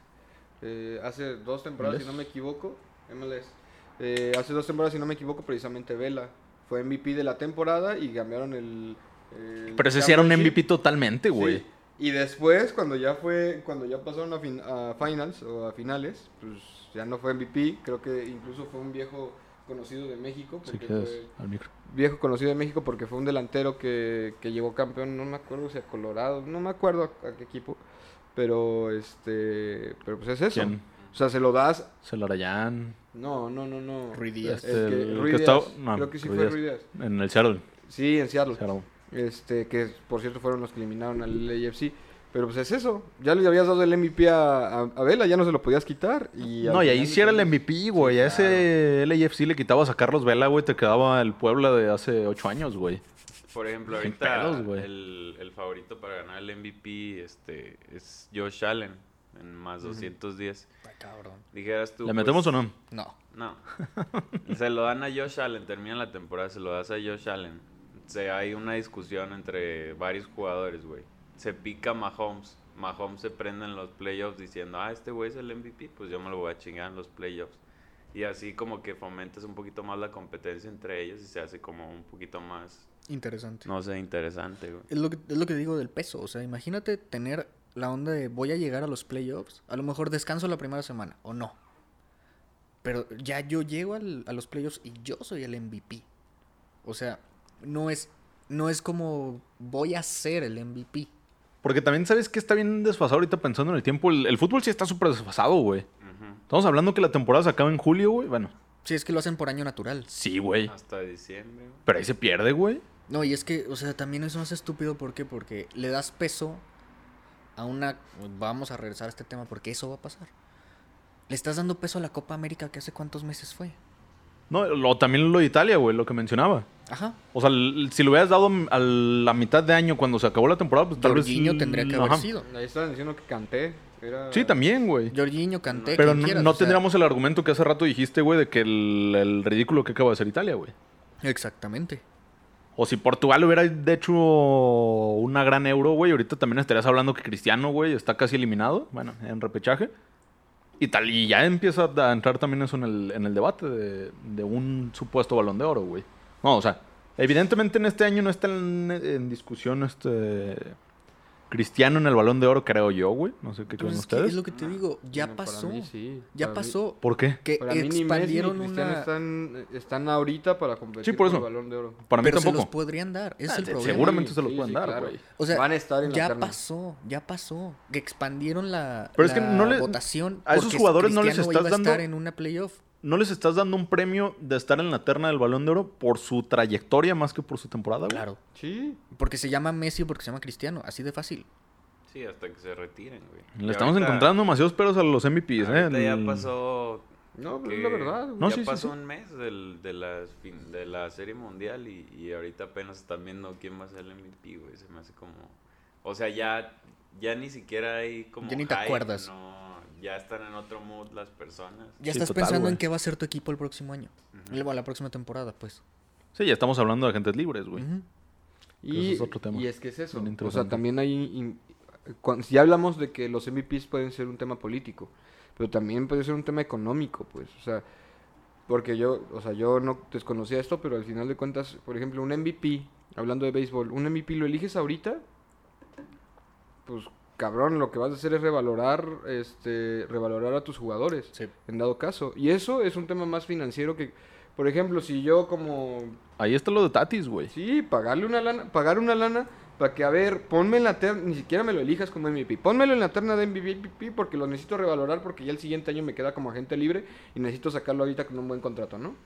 Eh, hace dos temporadas, MLS. si no me equivoco, MLS. Eh, hace dos temporadas, si no me equivoco, precisamente Vela fue MVP de la temporada y cambiaron el. el Pero ese sí era un championship. MVP totalmente, güey. Sí. Y después, cuando ya fue, cuando ya pasaron a, fin- a finals o a finales, pues ya no fue MVP. Creo que incluso fue un viejo conocido de México. Si porque quieres, fue- al micro. viejo conocido de México porque fue un delantero que, que llegó campeón, no me acuerdo si a Colorado, no me acuerdo a, a qué equipo, pero este, pero pues es eso. ¿Quién? O sea, se lo das, Celarayán. no, no, no, no. Rui Díaz. Es Este, que el Rui que Díaz, estaba- no, creo que sí Rui fue Díaz. Rui Díaz. En el Seattle. Sí, en Seattle. Seattle. Este, que por cierto fueron los que eliminaron al LAFC. Pero pues es eso. Ya le habías dado el MVP a, a, a Vela, ya no se lo podías quitar. Y No, al y final ahí sí era el también- MVP, güey. A ese LAFC le quitabas a Carlos Vela, güey. Te quedaba el Puebla de hace ocho años, güey. Por ejemplo, Sin ahorita pedos, güey. el, el favorito para ganar el MVP este, es Josh Allen en más 210. Ay, cabrón. Dijeras tú. pues, ¿Le metemos o no? No. No. se lo dan a Josh Allen, termina la temporada, se lo das a Josh Allen. Se, hay una discusión entre varios jugadores, güey. Se pica Mahomes. Mahomes se prende en los playoffs diciendo, ah, este güey es el MVP, pues yo me lo voy a chingar en los playoffs. Y así como que fomentas un poquito más la competencia entre ellos y se hace como un poquito más, Interesante. no sé, interesante, güey. Es lo, que, es lo que digo del peso. O sea, imagínate tener la onda de voy a llegar a los playoffs. A lo mejor descanso la primera semana o no. Pero ya yo llego al- a los playoffs y yo soy el MVP. O sea, no es, no es como voy a ser el MVP. Porque también sabes que está bien desfasado ahorita pensando en el tiempo. El, el fútbol sí está súper desfasado, güey. Ujú. Estamos hablando que la temporada se acaba en julio, güey. Bueno, Si es que lo hacen por año natural. sí, güey. Ah, Hasta diciembre, güey. Pero ahí se pierde, güey. No, y es que, o sea, también eso no es estúpido. ¿Por qué? Porque le das peso a una. Vamos a regresar a este tema porque eso va a pasar. Le estás dando peso a la Copa América que hace cuántos meses fue. No, lo, también lo de Italia, güey, lo que mencionaba. Ajá. O sea, l- si lo hubieras dado a la mitad de año cuando se acabó la temporada, pues tal Jorginho vez. tendría que mm, haber ajá. sido. Ahí estaban diciendo que canté. Era... Sí, también, güey. Jorginho, Kanté, Pero Eh, quien no, quieras, no o sea, tendríamos el argumento que hace rato dijiste, güey, de que el, el ridículo que acaba de hacer Italia, güey. Exactamente. O si Portugal hubiera de hecho una gran euro, güey, ahorita también estarías hablando que Cristiano, güey, está casi eliminado, bueno, en repechaje. Y tal, y ya empieza a entrar también eso en el, en el debate de, de un supuesto balón de oro, güey. No, o sea, evidentemente en este año no está en, en discusión este Cristiano en el balón de oro, creo yo, güey. No sé qué creen Entonces, es, que ustedes. es lo que te digo, ya Bueno, para pasó. mí sí, Ya para mí- pasó. ¿Por qué? Que Para mí ni Messi ni eh, expandieron Cristiano una. están, están ahorita para competir Sí, por eso. el Balón de Oro. Para mí Pero se tampoco. los podrían dar. Ese Ah, es el se- problema. seguramente se los Sí, pueden sí, dar, claro. güey. O sea, Van a estar en la ya carne. pasó, ya pasó. Que expandieron la, Pero es que la no le- votación. a esos porque jugadores no les Cristiano estás iba a dando- estar en una playoff. ¿No les estás dando un premio de estar en la terna del Balón de Oro por su trayectoria más que por su temporada, güey? Claro. Sí. Porque se llama Messi o porque se llama Cristiano. Así de fácil. Sí, hasta que se retiren, güey. Le Y estamos ahorita- encontrando demasiados peros a los MVPs, ¿eh? ahorita ya El- pasó No, pero que es la verdad. güey. No, ya sí, sí, pasó sí. un mes del- de, la, de la serie mundial y, y ahorita apenas están viendo quién va a ser el MVP, güey. Se me hace como... O sea, ya, ya ni siquiera hay como... Ya ni te acuerdas. No, ya están en otro mood las personas. Ya Sí, estás total, pensando güey. en qué va a ser tu equipo el próximo año. Bueno, la próxima temporada, pues. Sí, ya estamos hablando de agentes libres, güey. Ujú. Que ese Y, es otro tema. y es que es eso. Bien O sea, interesante. también hay... in- cuan- si hablamos de que los MVPs pueden ser un tema político, pero también puede ser un tema económico, pues. O sea, porque yo, o sea, yo no desconocía esto, pero al final de cuentas, por ejemplo, un MVP, hablando de béisbol, un MVP lo eliges ahorita, pues cabrón, lo que vas a hacer es revalorar, este, revalorar a tus jugadores Sí. en dado caso. Y eso es un tema más financiero que, por ejemplo, si yo como, Ahí está lo de Tatis, güey. sí, pagarle una lana, pagar una lana para que, a ver, ponme en la terna, ni siquiera me lo elijas como MVP, pónmelo en la terna de MVP porque lo necesito revalorar porque ya el siguiente año me queda como agente libre y necesito sacarlo ahorita con un buen contrato, ¿no?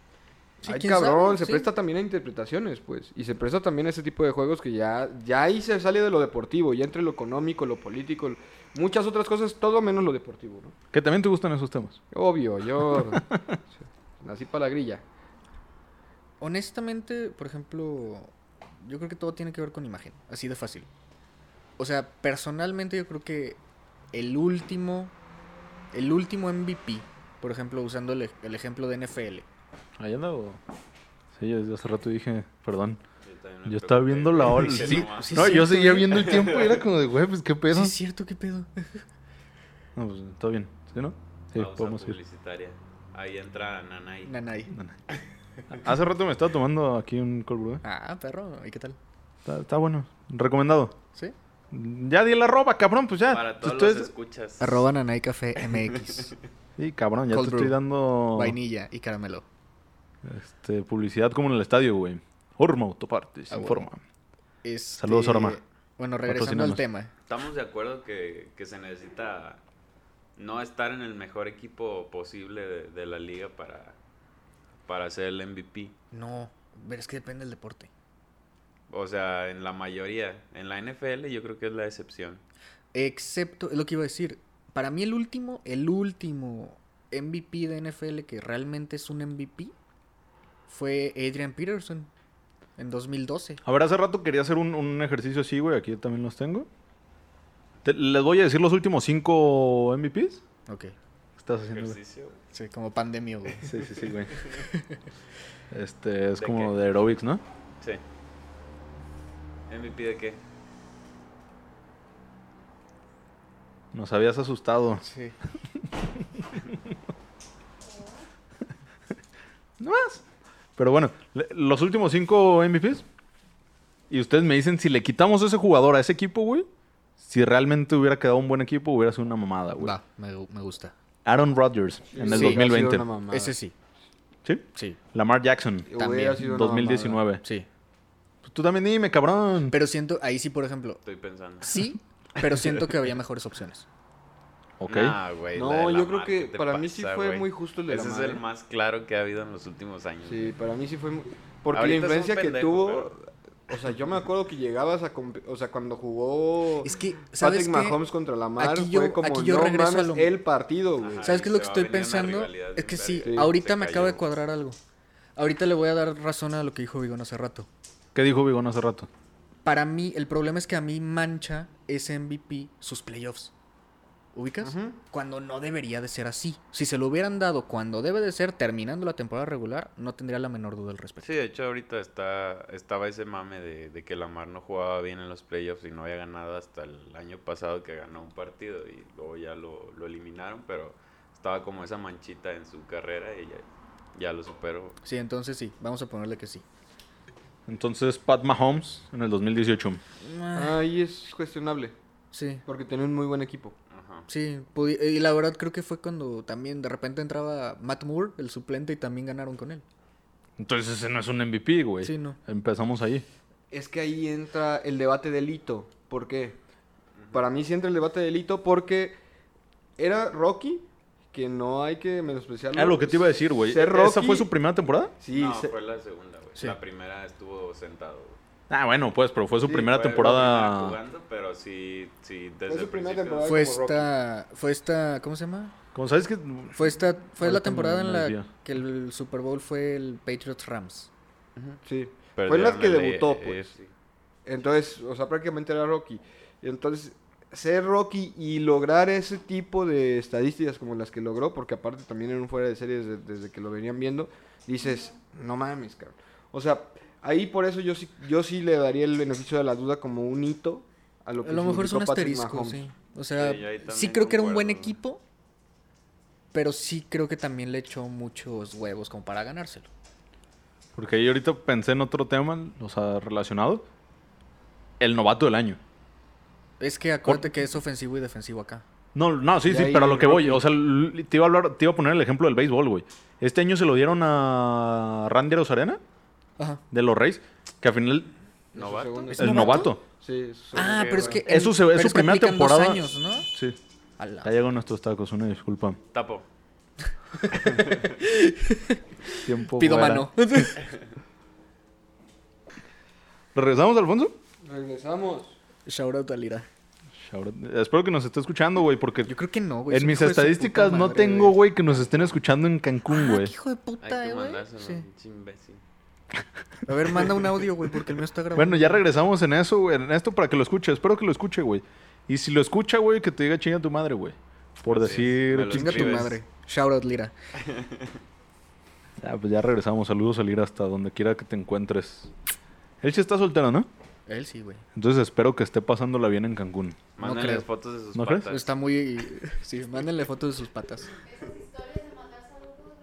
Sí, Ay, quién cabrón, sabe, se sí. presta también a interpretaciones, pues. Y se presta también a ese tipo de juegos que ya, ya ahí se sale de lo deportivo, ya entre lo económico, lo político, lo- muchas otras cosas, todo menos lo deportivo, ¿no? Que también te gustan esos temas. Obvio, yo nací para la grilla. Honestamente, por ejemplo, yo creo que todo tiene que ver con imagen, así de fácil. O sea, personalmente yo creo que el último, el último MVP, por ejemplo, usando el, ej- el ejemplo de NFL, Ahí anda o- Sí, yo- yo hace rato dije, perdón. Yo, también me Yo estaba pregunté, viendo la güey, hora. dije, Sí, "No, sí, no, es yo cierto, seguía güey. viendo el tiempo y era como de, güey, pues qué pedo. Sí, es cierto, qué pedo. No, pues está bien. ¿Sí, no? Sí, pausa podemos ir. publicitaria. Ahí entra Nanay. Nanay. Hace rato me estaba tomando aquí un cold brew. ¿eh? Ah, perro, ¿y qué tal? Está, está bueno. Recomendado. ¿Sí? Ya di la ropa, cabrón, pues ya. Para Tú- todos tú los eres- escuchas. Arroba Nanay Café MX, Sí, cabrón, ya Cold te brew. estoy dando vainilla y caramelo. este, publicidad como en el estadio, güey. Orma Autopartes, Ah, informa. Este, Saludos, Orama. Bueno, regresando al Patrocínanos. tema. Estamos de acuerdo que, que se necesita no estar en el mejor equipo posible de, de la liga para, para ser el MVP. No, pero es que depende del deporte. O sea, en la mayoría. En la NFL yo creo que es la excepción. Excepto, es lo que iba a decir. Para mí el último, el último MVP de NFL que realmente es un MVP fue Adrian Peterson en 2012. A ver, hace rato quería hacer un, un ejercicio así, güey. Aquí también los tengo. Te- les voy a decir los últimos cinco MVPs. Ok. Estás haciendo, güey. Ejercicio. güey. Sí, como pandemia, güey. Sí, sí, sí, güey. Este es ¿De como qué? de aerobics, ¿no? Sí. ¿MVP de qué? Nos habías asustado. Sí. No más. Pero bueno, le- los últimos cinco MVPs. Y ustedes me dicen, si le quitamos ese jugador a ese equipo, güey. Si realmente hubiera quedado un buen equipo, hubiera sido una mamada, güey. Va, me, gu- me gusta. Aaron Rodgers en el Sí. 2020. Ese sí, ¿Sí. sí, Lamar Jackson, También, 2019. sí. Pues tú también dime, cabrón. Pero siento, ahí sí, por ejemplo, Estoy pensando. sí, pero siento que había mejores opciones. ok. Nah, güey, la No, de yo Lamar, creo que ¿qué te para mí sí pasa, fue güey? muy justo el de Ese es Lamar, el ¿eh? más claro que ha habido en los últimos años. Sí, para mí sí fue muy... Porque Ahorita es un la influencia que pendejo, tuvo... pero- O sea, yo me acuerdo que llegabas a... comp- O sea, cuando jugó Es que, Patrick ¿sabes qué? Mahomes contra Lamar, Aquí yo- fue como, aquí yo no regreso a mames, lo- el partido, güey. Ajá. ¿Sabes qué es lo se que va a estoy venir una pensando? rivalidad Es bien que sí, verga. Sí. Se ahorita me acabo cayó. de cuadrar algo. Ahorita le voy a dar razón a lo que dijo Vigón hace rato. ¿Qué dijo Bigón hace rato? Para mí, el problema es que a mí mancha ese MVP sus playoffs. ¿Ubicas? Ujú. Cuando no debería de ser así. Si se lo hubieran dado cuando debe de ser, terminando la temporada regular, no tendría la menor duda al respecto. Sí, de hecho ahorita está, estaba ese mame de, de que Lamar no jugaba bien en los playoffs y no había ganado hasta el año pasado que ganó un partido y luego ya lo, lo eliminaron, pero estaba como esa manchita en su carrera y ya, ya lo superó. Sí, entonces sí, vamos a ponerle que sí. Entonces, Pat Mahomes en el 2018. Ahí es cuestionable, Sí, porque tenía un muy buen equipo. Ajá. sí. pudi- Y la verdad creo que fue cuando también de repente entraba Matt Moore, el suplente, y también ganaron con él. Entonces, ese no es un MVP, güey. Sí, no. Empezamos ahí. Es que ahí entra el debate del hito. ¿Por qué? Para mí sí entra el debate del hito porque era Rocky, que no hay que menospreciarlo. Era Ah, lo que te iba a decir, güey. Ser ¿Esa Rocky- fue su primera temporada? Sí, no, se- fue la segunda, güey. Sí. La primera estuvo sentado. güey. Ah, bueno, pues, pero fue su Sí, primera Fue la primera temporada. jugando, pero sí, sí, desde su el primera principio- temporada. Fue como Rocky. esta, fue esta, ¿cómo se llama? Como sabes que. Fue esta, fue la Ahorita me- temporada me en la desvío. que el Super Bowl fue el Patriots Rams. sí. Fue en Perdieron las que el debutó, AFC. pues. Entonces, o sea, prácticamente era Rocky. Entonces, ser Rocky y lograr ese tipo de estadísticas como las que logró, porque aparte también eran fuera de series de- desde que lo venían viendo, dices, no mames, cabrón. O sea, ahí por eso yo sí, yo sí le daría el beneficio de la duda como un hito a lo que A lo mejor es significó un Patrick asterisco, Mahomes. sí. O sea, Sí, yo ahí sí, también creo que era un buen concuerdo. equipo, pero sí creo que también le echó muchos huevos como para ganárselo. Porque ahí ahorita pensé en otro tema, o sea, relacionado. El novato del año. Es que acuérdate que es ofensivo y defensivo acá. No, no, sí, De sí, ahí pero a lo que voy, Rocky. o sea, l- te iba a hablar, te iba a poner el ejemplo del béisbol, güey. Este año se lo dieron a Randy Arozarena, Ajá. de los Reyes, que al final su ¿Novato? segundo- ¿Es el novato? novato. Sí, su Ah, que pero es bueno. que. Es su- es pero su que primera aplican dos temporada. años, ¿no? Sí. A la- Ya llegan nuestros tacos, una disculpa. Tapo. Tiempo Pido fuera. mano. ¿Regresamos, Alfonso? Regresamos. Shout out a Lira. Shout out. Espero que nos esté escuchando, güey, porque Yo creo que no, güey. es en un mis hijo de su estadísticas puta no madre, tengo, güey, que nos estén escuchando en Cancún, Ah, güey. qué hijo de Hay puta, que eh, güey. mandárselo, Sí. pinche imbécil. A ver, manda un audio, güey, porque el mío está grabado. Bueno, ya regresamos en eso, güey, en esto para que lo escuche. Espero que lo escuche, güey. Y si lo escucha, güey, que te diga chinga tu madre, güey. Por Así es, decir... me lo Chinga tu escribes. madre. Shout out, Lira. Ah, pues ya regresamos. Saludos, salir hasta donde quiera que te encuentres. Él sí está soltero, ¿no? Él sí, güey. Entonces espero que esté pasándola bien en Cancún. Mándenles creo. fotos de sus ¿No crees? patas. Está muy. Sí, mándenle fotos de sus patas. Esas historias de mandar saludos,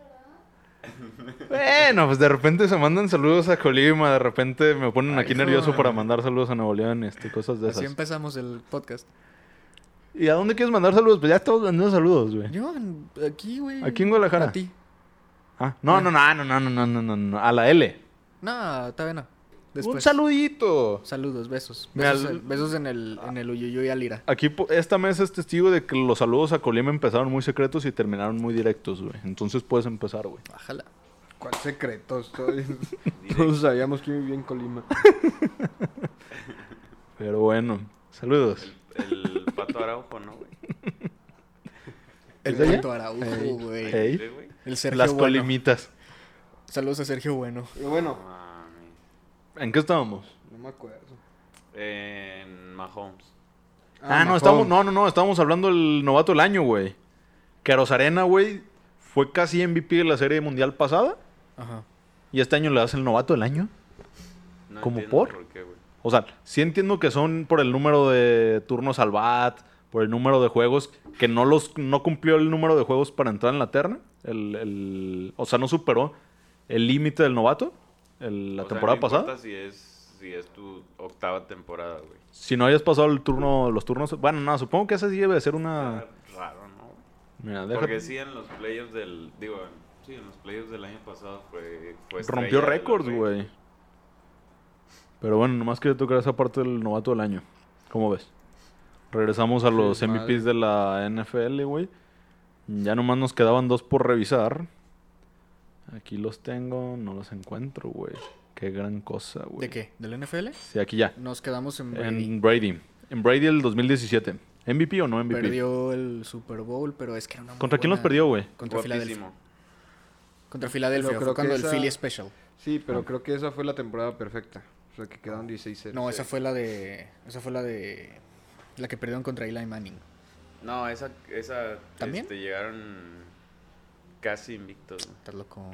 ¿verdad? Bueno, pues de repente se mandan saludos a Colima, de repente me ponen aquí Ay, nervioso no. para mandar saludos a Nuevo León, este, cosas de Así esas. empezamos el podcast. ¿Y a dónde quieres mandar saludos? Pues ya estamos mandando saludos, güey. Yo, en- aquí, güey. Eh. Aquí en Guadalajara. A ti. Ah, no, no, no, no, no, no, no, no, no, a la L. No, todavía no. Después. Un saludito. Saludos, besos. Me Besos, al- en- besos en el, en el Uyuyuy a Lira. Aquí po- esta mesa es testigo de que los saludos a Colima empezaron muy secretos y terminaron muy directos, güey. Entonces puedes empezar, güey. Bájala. ¿Cuál secretos? Todos, todos sabíamos quién vivía en Colima. Pero bueno, saludos. El Pato Araujo, ¿no, güey? El ¿Es de allá? Pato Araujo, Ey. güey. Ey, Eh, Sí, güey. El Sergio las Bueno. colimitas. Saludos a Sergio Bueno. Pero bueno, Mami. ¿En qué estábamos? no me acuerdo. En Mahomes. Ah, no, Mahomes. estábamos, no, no, no, estábamos hablando del novato del año, güey. Que Rosarena, güey, fue casi MVP de la Serie Mundial pasada. Ajá. Y este año le das el novato del año. No ¿Cómo entiendo por? qué, güey. O sea, sí entiendo que son por el número de turnos al bat, por el número de juegos, que no los no cumplió el número de juegos para entrar en la terna. El, el- o sea, no superó el límite del novato el- la O sea, temporada no pasada. importa si es, si es tu octava temporada, güey. Si no habías pasado el turno, los turnos. Bueno, no, supongo que esa sí debe de ser una. Está Raro, ¿no? güey? Mira, Porque déjate. sí, en los playoffs del. Digo, en- sí, en los playoffs del año pasado fue. fue pues, estrella Rompió de la récords, liga. güey. Pero bueno, nomás quería tocar esa parte del novato del año. ¿Cómo ves? Regresamos a Sí, los madre. MVPs de la NFL, güey. Ya nomás nos quedaban dos por revisar. Aquí los tengo, no los encuentro, güey. Qué gran cosa, güey. ¿De qué? ¿Del NFL? Sí, aquí ya. Nos quedamos en Brady. En Brady. En Brady el 2017. ¿MVP o no MVP? Perdió el Super Bowl, pero es que era una muy ¿Contra quién los buena- perdió, güey? Contra Filadelfia. Guapísimo. Contra Filadelfia. Pero fue creo que cuando el esa- Philly Special. Sí, pero creo que esa fue la temporada perfecta. O sea, que quedaron 16-0. No, esa fue la de. Esa fue la de. La que perdieron contra Eli Manning. No, esa. esa ¿También? este, llegaron casi invictos, güey. Estás loco.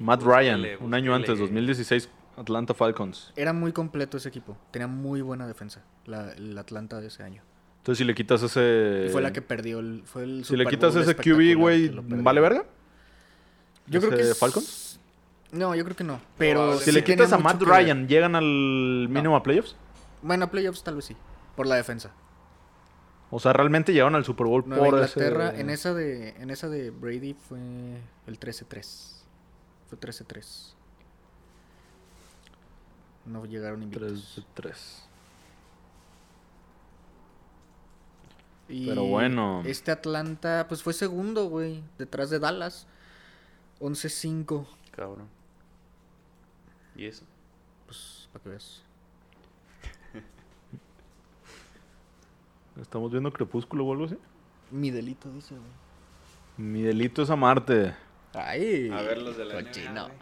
Matt Búscale, Ryan, un año búscale. antes, 2016, Atlanta Falcons. Era muy completo ese equipo. Tenía muy buena defensa. La, el Atlanta de ese año. Entonces, si le quitas ese. Y fue la que perdió el. Fue el Si le Super quitas Bowl ese espectacular QB, güey, que lo perdió. ¿vale verga? Yo creo que. ¿Ese es- Falcons? No, yo creo que no. Pero. Probable. Si sí le tiene quitas a mucho Matt que ver. Ryan, ¿llegan al mínimo a playoffs? Bueno, a playoffs tal vez sí. Por la defensa. O sea, realmente llegaron al Super Bowl Nueva por Inglaterra, ese... en, esa de, en esa de Brady fue el 13-3. Fue 13-3. No llegaron invictos. 3 3. Y Pero bueno. Este Atlanta, pues fue segundo, güey. Detrás de Dallas. 11-5. Cabrón. ¿Y eso? Pues, para que veas. ¿Estamos viendo Crepúsculo o algo así? Mi delito, dice, güey. Mi delito es amarte. Ay. A ver los de la cochino. NBA, güey.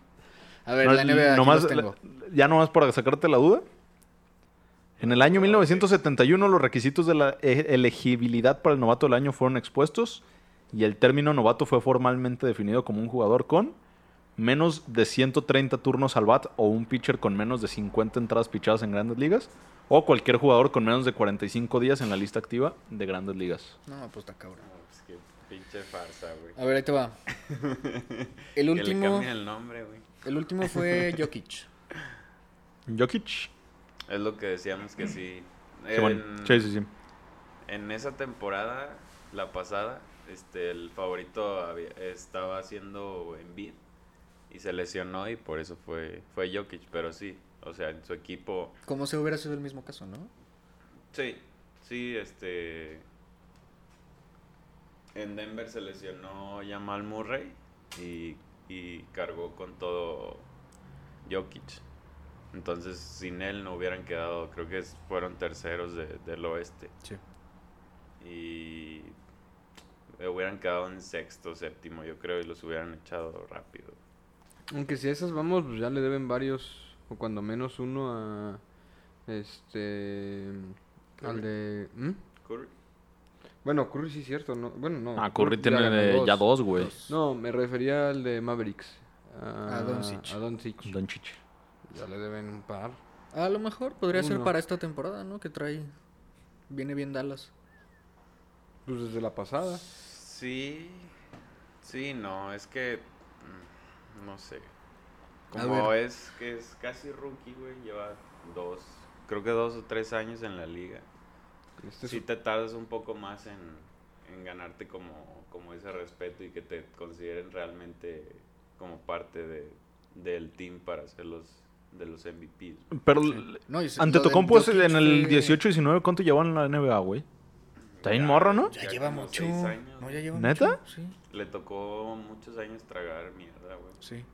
A ver, No, la NBA, aquí nomás- los tengo. la- ya nomás para sacarte la duda. En el año 1971 los requisitos de la e- elegibilidad para el novato del año fueron expuestos y el término novato fue formalmente definido como un jugador con menos de 130 turnos al bat o un pitcher con menos de 50 entradas pichadas en grandes ligas o cualquier jugador con menos de 45 días en la lista activa de grandes ligas. No, pues está cabrón. No, pues qué pinche farsa, güey. A ver, ahí te va. El Que le último, cambien el nombre, güey. el último fue Jokic. Jokic. Es lo que decíamos que sí. Sí, bueno. En- Sí, sí, sí. En esa temporada, la pasada, este, el favorito había- estaba haciendo Embiid y se lesionó y por eso fue, fue Jokic, pero sí, o sea, en su equipo, Como si hubiera sido el mismo caso, ¿no? sí, sí, este, en Denver se lesionó Jamal Murray y, y cargó con todo Jokic. Entonces, sin él no hubieran quedado, creo que es- fueron terceros de- del oeste. Sí. y eh, hubieran quedado en sexto, séptimo, yo creo, y los hubieran echado rápido. Aunque si a esas vamos, pues ya le deben varios, o cuando menos uno a. Este. Al Curry. de. ¿Mm? Curry. Bueno, Curry sí es cierto, ¿no? Bueno, no. Ah, Curry ya tiene ganó de- ya dos, güey. No, me refería al de Mavericks. A, A Doncic. A Doncic. Doncic. Ya le deben un par. A lo mejor podría ser Uno. para esta temporada, ¿no? Que trae. Viene bien Dallas. Pues desde la pasada. Sí, sí, no, es que, mm, no sé. A Como ver. es que es casi rookie, güey, lleva dos, creo que dos o tres años en la liga. Este sí es- te tardas un poco más en, en ganarte como, como ese respeto y que te consideren realmente como parte de, del team para ser los, de los MVPs. Pero No, y se- Ante lo de Tocompo es Jokic en el fue- 18-19, ¿cuánto llevan en la NBA, güey? Está bien Ya, morro, ¿no? Ya, Ya lleva como mucho. seis años, No, ya güey. lleva ¿Neta? mucho, Sí, Le tocó muchos años tragar mierda, güey. sí.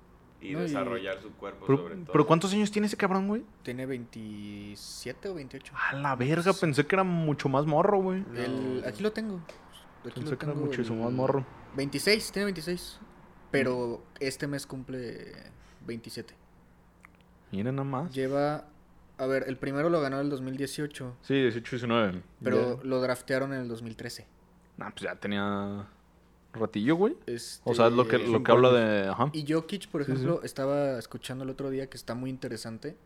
y No, y- desarrollar su cuerpo Pero, sobre todo. pero ¿cuántos años tiene ese cabrón, güey? Tiene 27 o 28. A la verga, pensé que era mucho más morro, güey. El- aquí lo tengo. Aquí Pensé lo que era tengo muchísimo el- más morro. 26, tiene 26. Pero este mes cumple 27. Miren nada más. Lleva. A ver, el primero lo ganó en el 2018. Sí, 18, 19. Pero Ya. lo draftearon en el 2013. Nah, pues ya tenía ratillo, güey. Este, O sea, es lo que, lo cinco que habla de... Ajá. Y Jokic, por Sí, sí. ejemplo, estaba escuchando el otro día que está muy interesante.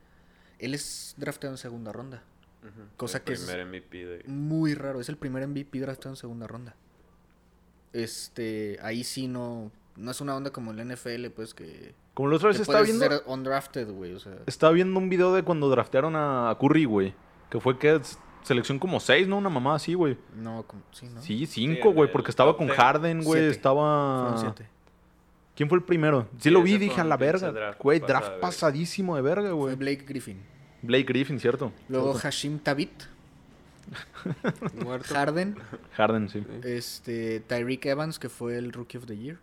Él es drafteado en segunda ronda. Ujú. cosa El que es- primer MVP de- Muy raro. Es el primer MVP draftado en segunda ronda. Este, ahí sí no. No es una onda como el NFL, pues que. Como la otra vez que estaba puedes viendo... ser undrafted, güey. O sea, Estaba viendo un video de cuando draftearon a Curry, güey. Que fue que s- selección como 6, ¿no? Una mamá así, güey. no, como, sí, ¿no? Sí, 5, el- güey. el Porque estaba top con ten. Harden, güey. Siete. Estaba... Fueron siete. Ah, ¿Quién fue el primero? Sí, Sí, lo ese vi, fue dije a un la pinche verga. draft Güey, pasado draft de verga. pasadísimo de verga, Fue güey. Blake Griffin. Blake Griffin, cierto. Luego Cierto. Hashim Tabit, Muerto. Harden, Harden, sí. este, Tyreek Evans, que fue el Rookie of the Year,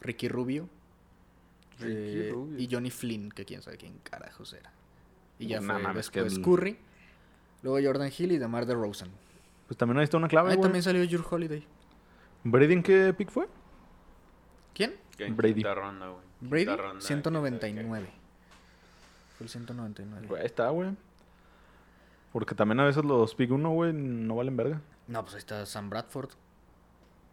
Ricky Rubio, Ricky eh, Rubio. y Johnny Flynn, que quién sabe quién carajos era. Y ya No fue mames, que después el- Curry, luego Jordan Hill y Demar DeRozan. Pues también ahí está una Ahí clave, güey. también salió Jure Holiday. ¿Brady en qué pick fue? ¿Quién? que en Brady. quinta ronda, güey. Quinta Brady, ronda, quién sabe 199. Fue el 199. Güey, ahí está, güey. Porque también a veces los pick 1, güey, no valen verga. No, pues ahí está Sam Bradford. qué.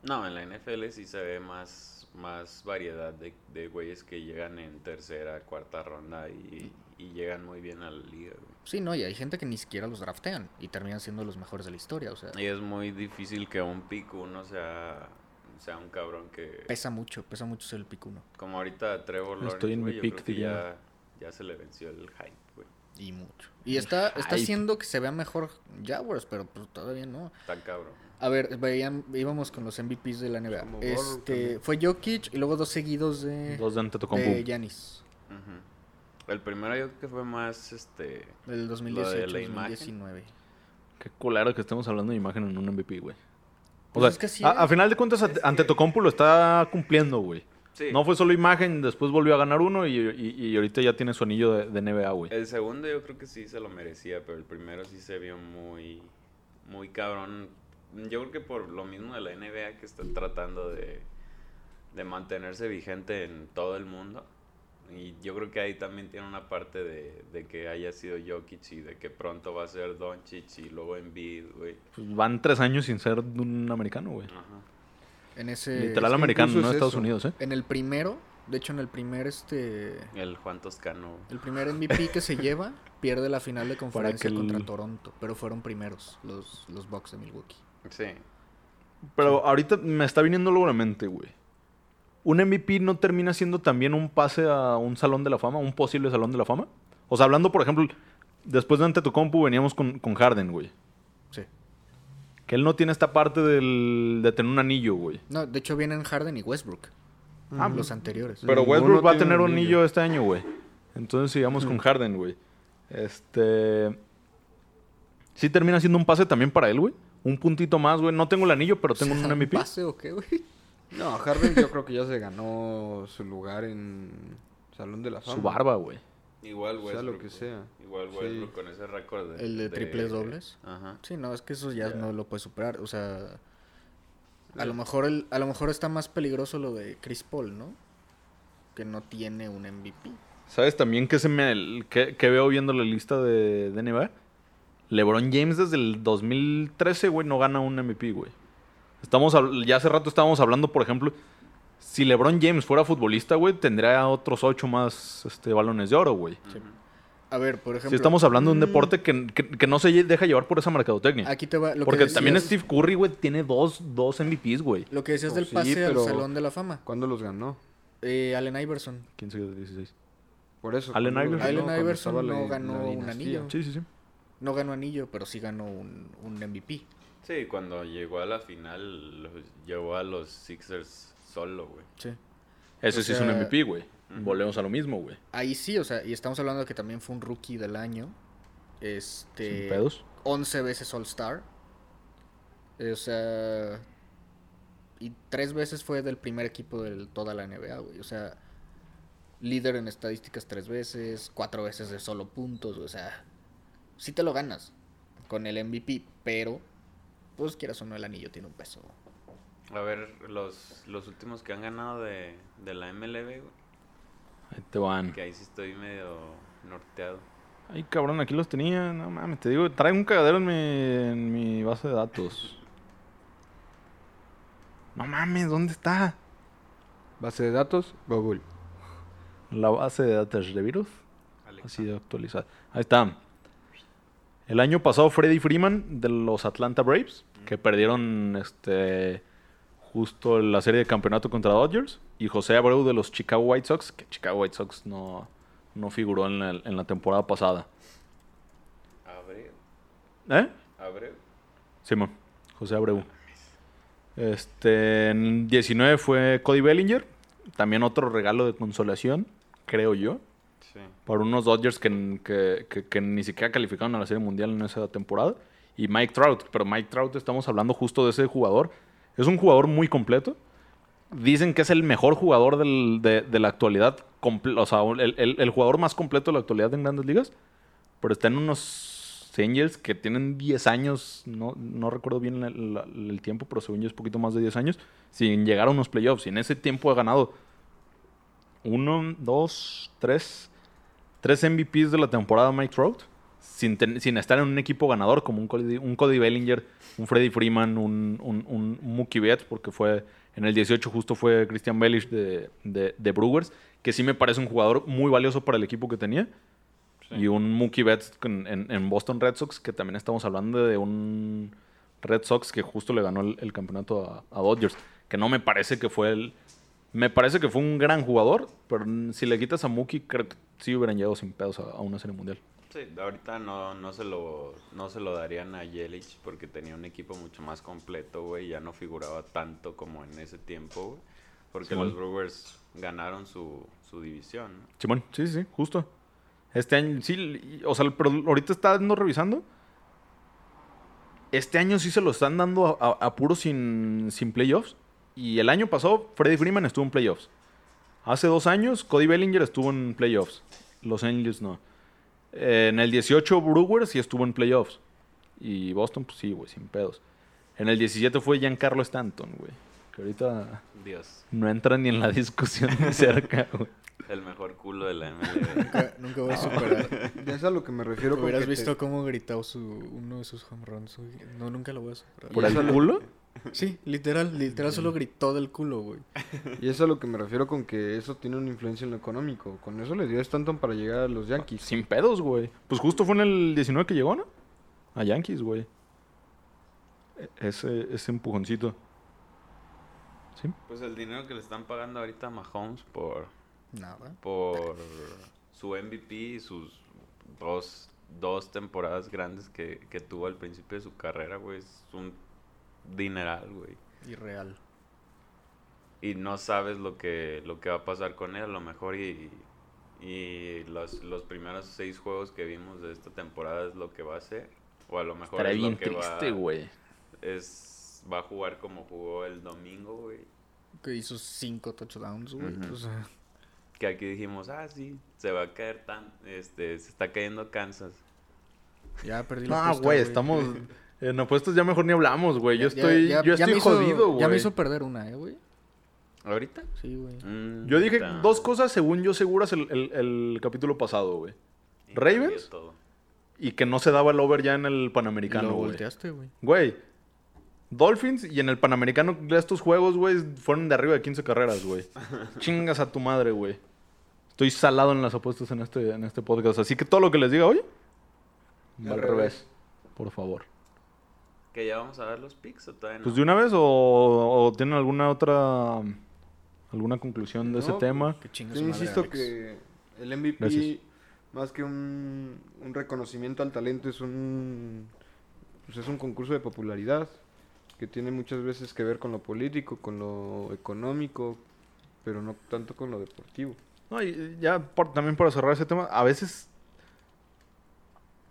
No, en la NFL sí se ve más, más variedad de, de güeyes que llegan en tercera, cuarta ronda y, y llegan muy bien a la liga, güey. Sí, no, y hay gente que ni siquiera los draftean y terminan siendo los mejores de la historia. O sea, Y es muy difícil que un pick uno sea, sea un cabrón que... pesa mucho, pesa mucho ser el pick uno. Como ahorita Trevor Lawrence, Estoy en güey, mi yo pick, creo que diría. ya, ya se le venció el hype, güey. Y mucho. Y está, está hype. haciendo que se vea mejor Jaguars, pero pues todavía no. Está cabrón. A ver, veían, íbamos con los MVPs de la NBA. Como Burrow este, también. fue Jokic y luego dos seguidos de, Dos de Eh, Antetokounmpo. de Giannis, Ujú. El primero yo creo que fue más, este... del Lo de 2018 la imagen. 2019. Qué culero que estemos hablando de imagen en un MVP, güey. O Pues sea, es que así a, es. a final de cuentas, ante Antetokounmpo lo está cumpliendo, güey. Sí. No fue solo imagen, después volvió a ganar uno y, y- y ahorita ya tiene su anillo de, de NBA, güey. El segundo yo creo que sí se lo merecía, pero el primero sí se vio muy, muy cabrón. Yo creo que por lo mismo de la NBA que está tratando de, de mantenerse vigente en todo el mundo. Y yo creo que ahí también tiene una parte de, de que haya sido Jokic y de que pronto va a ser Doncic y luego Embiid, güey. Pues van tres años sin ser un americano, güey. Ajá. En ese Literal Eh, es que americano, no incluso de es Estados eso. Unidos, ¿eh? en el primero, de hecho en el primer este El Juan Toscano. el primer MVP que se lleva pierde la final de conferencia que el- contra Toronto, pero fueron primeros los los Bucks de Milwaukee. Sí. Pero ahorita me está viniendo luego a la mente, güey. ¿Un MVP no termina siendo también un pase a un salón de la fama, un posible salón de la fama? O sea, hablando, por ejemplo, después de Antetokounmpo veníamos con, con Harden, güey. Sí. Que él no tiene esta parte del, de tener un anillo, güey. No, de hecho vienen Harden y Westbrook. Ah, los anteriores. Pero Ninguno Westbrook va a tiene tener un un anillo. Mm. anillo este año, güey. Entonces sigamos con Harden, güey. Este. Sí termina siendo un pase también para él, güey. Un puntito más, güey. No tengo el anillo, pero tengo O sea, un MVP. pase o qué, güey? No, Harden yo creo que ya se ganó su lugar en Salón de la Fama. Su barba, güey. Igual Sea Westbrook. lo que güey. sea. Igual Sí. Westbrook con ese récord. ¿El de triples dobles? Ajá. Sí, no, es que eso ya Ya. no lo puede superar. O sea, a lo mejor el, a lo mejor está más peligroso lo de Chris Paul, ¿no? Que no tiene un MVP. ¿Sabes también qué se me qué, qué veo viendo la lista de, de NBA? LeBron James desde el 2013, güey, no gana un MVP, güey. Estamos habl- ya hace rato estábamos hablando, por ejemplo, si LeBron James fuera futbolista, güey, tendría otros ocho más este balones de oro, güey. A ver, por ejemplo. Si estamos hablando de Mm. un deporte que, que- que no se lle- deja llevar por esa mercadotecnia. Aquí te va. Lo Porque que también decías- Steve Curry, güey, tiene dos, dos MVPs, güey. Lo que decías Oh, del sí, pase al pero- Salón de la Fama. ¿Cuándo los ganó? Eh, Allen Iverson. 15, 16. Por eso. Allen ¿cuándo los Iverson. ganó? Allen Cuando Iverson estaba la- no la ganó un dinastía. anillo. Sí, sí, sí. No ganó anillo, pero sí ganó un, un MVP. Sí, cuando llegó a la final, los llevó a los Sixers solo, güey. Sí. Ese O sí es un sea- MVP, güey. Volvemos a lo mismo, güey. Ahí sí, o sea, y estamos hablando de que también fue un rookie del año. Este. Sin pedos. 11 veces All-Star. Eh, O sea. Y tres veces fue del primer equipo de toda la NBA, güey. O sea, líder en estadísticas tres veces, cuatro veces de solo puntos, o sea, sí te lo ganas con el MVP, pero pues quieras o no el anillo tiene un peso. A ver, los, los últimos que han ganado de, de la MLB, güey. Ahí te van. Que ahí sí estoy medio norteado. Ay, cabrón, aquí los tenía. No mames, te digo, traigo un cagadero en mi, en mi base de datos. No mames, ¿dónde está? Base de datos, Google. La base de datos de virus ha Alexa. sido actualizada. Ahí está. El año pasado, Freddy Freeman de los Atlanta Braves, que perdieron este justo la serie de campeonato contra Dodgers, y José Abreu de los Chicago White Sox, que Chicago White Sox no, no figuró en la, en la temporada pasada. Abreu. ¿Eh? Abreu. Simón, José Abreu. Este, en 19 fue Cody Bellinger, también otro regalo de consolación, creo yo, Sí. para unos Dodgers que, que- que- que ni siquiera calificaron a la Serie Mundial en esa temporada. Y Mike Trout, pero Mike Trout estamos hablando justo de ese jugador. Es un jugador muy completo. Dicen que es el mejor jugador del- de, de la actualidad, comple- o sea, el, el- el jugador más completo de la actualidad en grandes ligas. Pero están unos Angels que tienen 10 años, no, no recuerdo bien la- la- el tiempo, pero según yo es poquito más de 10 años, sin llegar a unos playoffs. Y en ese tiempo ha ganado 1, 2, 3, 3 MVPs de la temporada Mike Trout, sin, ten- sin estar en un equipo ganador como un Cody, un Cody Bellinger, un Freddy Freeman, un, un, un Mookie Betts, porque fue en el 18 justo fue Christian Bellish de, de- de Brewers, que sí me parece un jugador muy valioso para el equipo que tenía. Y un Mookie Betts con- en, en Boston Red Sox, que también estamos hablando de un Red Sox que justo le ganó el, el campeonato a, a Dodgers. Que no me parece que fue el. Me parece que fue un gran jugador, pero mm, si le quitas a Mookie, creo que sí hubieran llegado sin pedos a, a una serie mundial. Sí, ahorita no, no, se lo, no se lo darían a Yelich porque tenía un equipo mucho más completo, güey. Ya no figuraba tanto como en ese tiempo, güey. Porque Simón. los Brewers ganaron su, su división, ¿no? Simón, sí, sí, sí, justo. Este año, sí, y- o sea, pero ahorita está dando revisando. Este año sí se lo están dando a, a- a puro sin, sin playoffs. Y el año pasado, Freddy Freeman estuvo en playoffs. Hace dos años, Cody Bellinger estuvo en playoffs. Los Angels no. Eh, en el 18, Brewers sí estuvo en playoffs. Y Boston, pues sí, güey, sin pedos. En el 17 fue Giancarlo Stanton, güey. Que ahorita Dios, no entra ni en la discusión de cerca, güey. el mejor culo de la MLB. Nunca, nunca voy a superar. Ya es a lo que me refiero. con Hubieras que visto te- cómo gritó su, uno de sus home runs. güey. No, nunca lo voy a superar. ¿Por Y eso el lo- culo? Sí, literal, literal solo gritó del culo, güey. Y eso es a lo que me refiero con que eso tiene una influencia en lo económico. Con eso les dio a Stanton para llegar a los Yankees. Sin pedos, güey. Pues justo fue en el 19 que llegó, ¿no? A Yankees, güey. E- Ese, ese empujoncito. ¿Sí? Pues el dinero que le están pagando ahorita a Mahomes por, Nada. por su MVP y sus dos, dos temporadas grandes que, que tuvo al principio de su carrera, güey, es un dineral, güey. Irreal. Y no sabes lo que, lo que va a pasar con él, a lo mejor y, y los, los primeros seis juegos que vimos de esta temporada es lo que va a ser. O a lo mejor Estaría es lo bien que triste, va, güey. es, va a jugar como jugó el domingo, güey. Que hizo cinco touchdowns, güey. pues, Ujú. o sea, que aquí dijimos, ah, sí, se va a caer tan, este, se está cayendo Kansas. ya perdí la No, pista, Ah, güey, estamos... En apuestos ya mejor ni hablamos, güey. Yo Ya- estoy, ya- yo ya estoy me hizo- jodido, güey. Ya me hizo perder una, ¿eh, güey? ¿Ahorita? Sí, güey. Mm, Yo dije ta- dos cosas según yo seguras el, el- el capítulo pasado, güey. y ¿Ravens? cambió todo. Y que no se daba el over ya en el Y lo Panamericano, güey. volteaste, güey. Güey, Dolphins y en el Panamericano estos juegos, güey, fueron de arriba de 15 carreras, güey. Chingas a tu madre, güey. Estoy salado en las apuestas en este, en este podcast. Así que todo lo que les diga hoy, va al Al revés. revés. Por favor. ¿Que ya vamos a ver los picks o todavía no? Pues de una vez, o, o tienen alguna otra. alguna conclusión de ese No, tema. Qué chingas Yo insisto que el MVP, Gracias. más que un, un reconocimiento al talento, es un, pues es un concurso de popularidad que tiene muchas veces que ver con lo político, con lo económico, pero no tanto con lo deportivo. No, y ya por- también para cerrar ese tema, a veces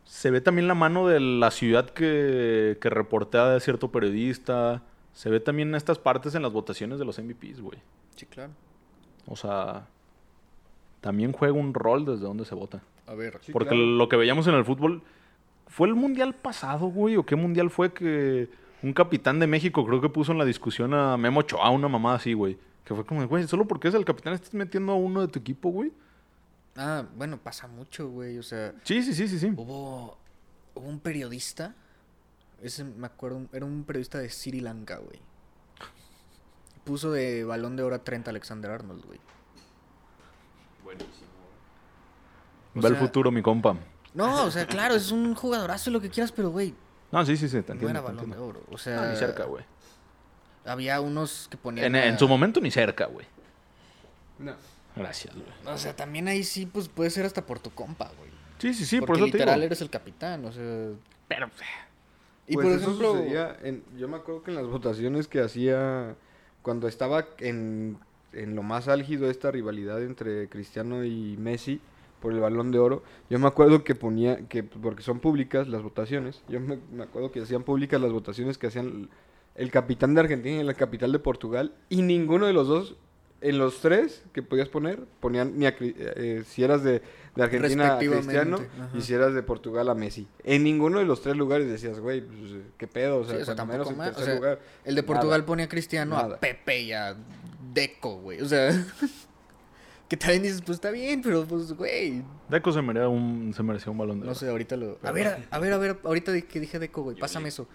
se ve también la mano de la ciudad que, que reportea de cierto periodista. Se ve también estas partes en las votaciones de los MVPs, güey. Sí, claro. O sea, también juega un rol desde donde se vota. A ver. Sí, Porque claro. lo que veíamos en el fútbol fue el mundial pasado, güey, o qué mundial fue que un capitán de México creo que puso en la discusión a Memo Ochoa, una mamada así, güey. Que fue como, güey, solo porque es el capitán estás metiendo a uno de tu equipo, güey. Ah, bueno, pasa mucho, güey. O sea, Sí, sí, sí, sí, sí. hubo, hubo un periodista. Ese me acuerdo, era un periodista de Sri Lanka, güey. Puso de balón de oro a 30 Alexander Arnold, güey. Buenísimo. o Ve el sea- futuro, mi compa. No, o sea, claro, es un jugadorazo y lo que quieras, pero, güey, No, sí, sí, sí, te no entiendo. era te balón de entiendo. oro. O sea, No, ni cerca, güey. había unos que ponían. En, a- en su momento ni cerca, güey. No. Gracias, güey. O sea, también ahí sí, pues puede ser hasta por tu compa, güey. Sí, sí, sí, Porque por eso te literal digo. eres el capitán, o sea. Pero, Y Pues por eso ejemplo. sucedía en- yo me acuerdo que en las votaciones que hacía cuando estaba en, en lo más álgido esta rivalidad entre Cristiano y Messi por el Balón de Oro, yo me acuerdo que ponía que porque son públicas las votaciones, yo me, me acuerdo que hacían públicas las votaciones que hacían el, el capitán de Argentina y la capital de Portugal y ninguno de los dos en los tres que podías poner, ponían ni a Cri- eh, si eras de, de Argentina a Cristiano Respectivamente, ajá. y si eras de Portugal a Messi. En ninguno de los tres lugares decías, güey, pues, eh, qué pedo, o sea, Sí, o sea, cuando tampoco menos en más, o tercer sea, lugar. El de nada. Portugal ponía a Cristiano, Nada. a Pepe y a Deco, güey. O sea, que también dices, pues está bien, pero pues, güey. Deco se merecía un, se merecía un balón de oro. No sé, ahorita lo. A ver, a ver, a ver, ahorita de- que dije Deco, güey, pásame eso.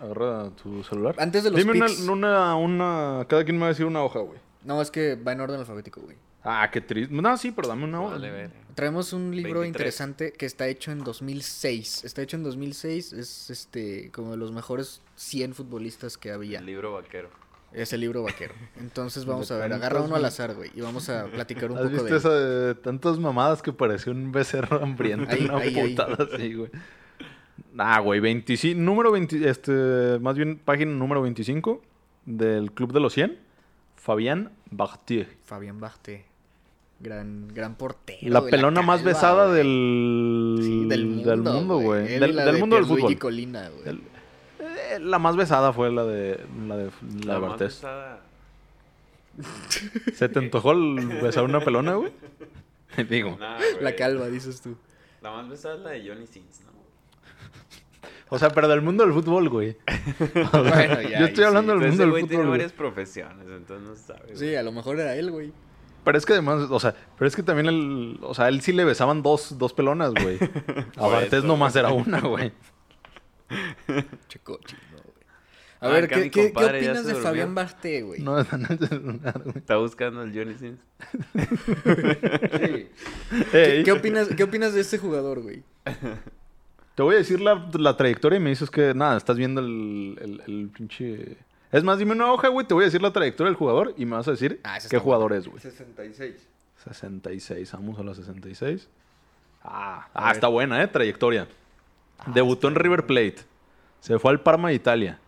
Agarra tu celular. Antes de los Dime una, picks. una, una- Cada quien me va a decir una hoja, güey. No, es que va en orden alfabético, güey. Ah, qué triste. No, sí, pero dame una hoja. Vale, ver. Traemos un libro 23. interesante que está hecho en 2006. Está hecho en 2006, es este como de los mejores 100 futbolistas que había. El libro vaquero. Es el libro vaquero. Entonces vamos a De ver, tantos, agarra uno al güey. azar, güey, y vamos a platicar un ¿Has visto poco de él. esa de tantas mamadas que pareció un becerro hambriento? Ahí, una ahí, ahí. putada así, güey. Ah, güey, 25, número 20, este, más bien página número 25 del Club de los 100, Fabián Bartier. Fabián Bachte. Gran, gran portero. La de pelona más calva, besada güey. del, Sí, del mundo. del mundo, güey. Él y Del, la del de mundo del Pierluigi fútbol. Colina, güey. Del- Eh, la más besada fue la de la de la, más Bartés. usada. ¿Se te antojó el besar una pelona, güey? Digo. Nah, La güey. calva, dices tú. La más besada es la de Johnny Sins, ¿no? O sea, pero del mundo del fútbol, güey. O sea, Bueno, ya, yo ahí sí. estoy hablando Pero del ese mundo güey del tiene fútbol. güey. varias profesiones, entonces no sabes. Sí, a lo mejor era él, güey. Pero es que además, o sea, pero es que también el, o sea, él sí le besaban dos, dos pelonas, güey. A Por Bartés eso, nomás era una, güey. Checo, chino, güey. A Ah, ver, acá ¿qué, mi qué- qué compadre ya opinas se de durmió. Fabián Bachte, güey? No, esa no es el celular, güey. Está buscando el Johnny Sins. Sí. ¿Qué, Ey, qué opinas, ¿Qué opinas de este jugador, güey? Te voy a decir la, la trayectoria y me dices que nada, estás viendo el, el, el pinche. Es más, dime una hoja, güey. Te voy a decir la trayectoria del jugador y me vas a decir Ah, esa qué está jugador es, güey. 66. 66, vamos a la 66. Ah, A ah, ver. Ah, está buena, ¿eh? Trayectoria. Debutó en River Plate. Se fue al Parma de Italia.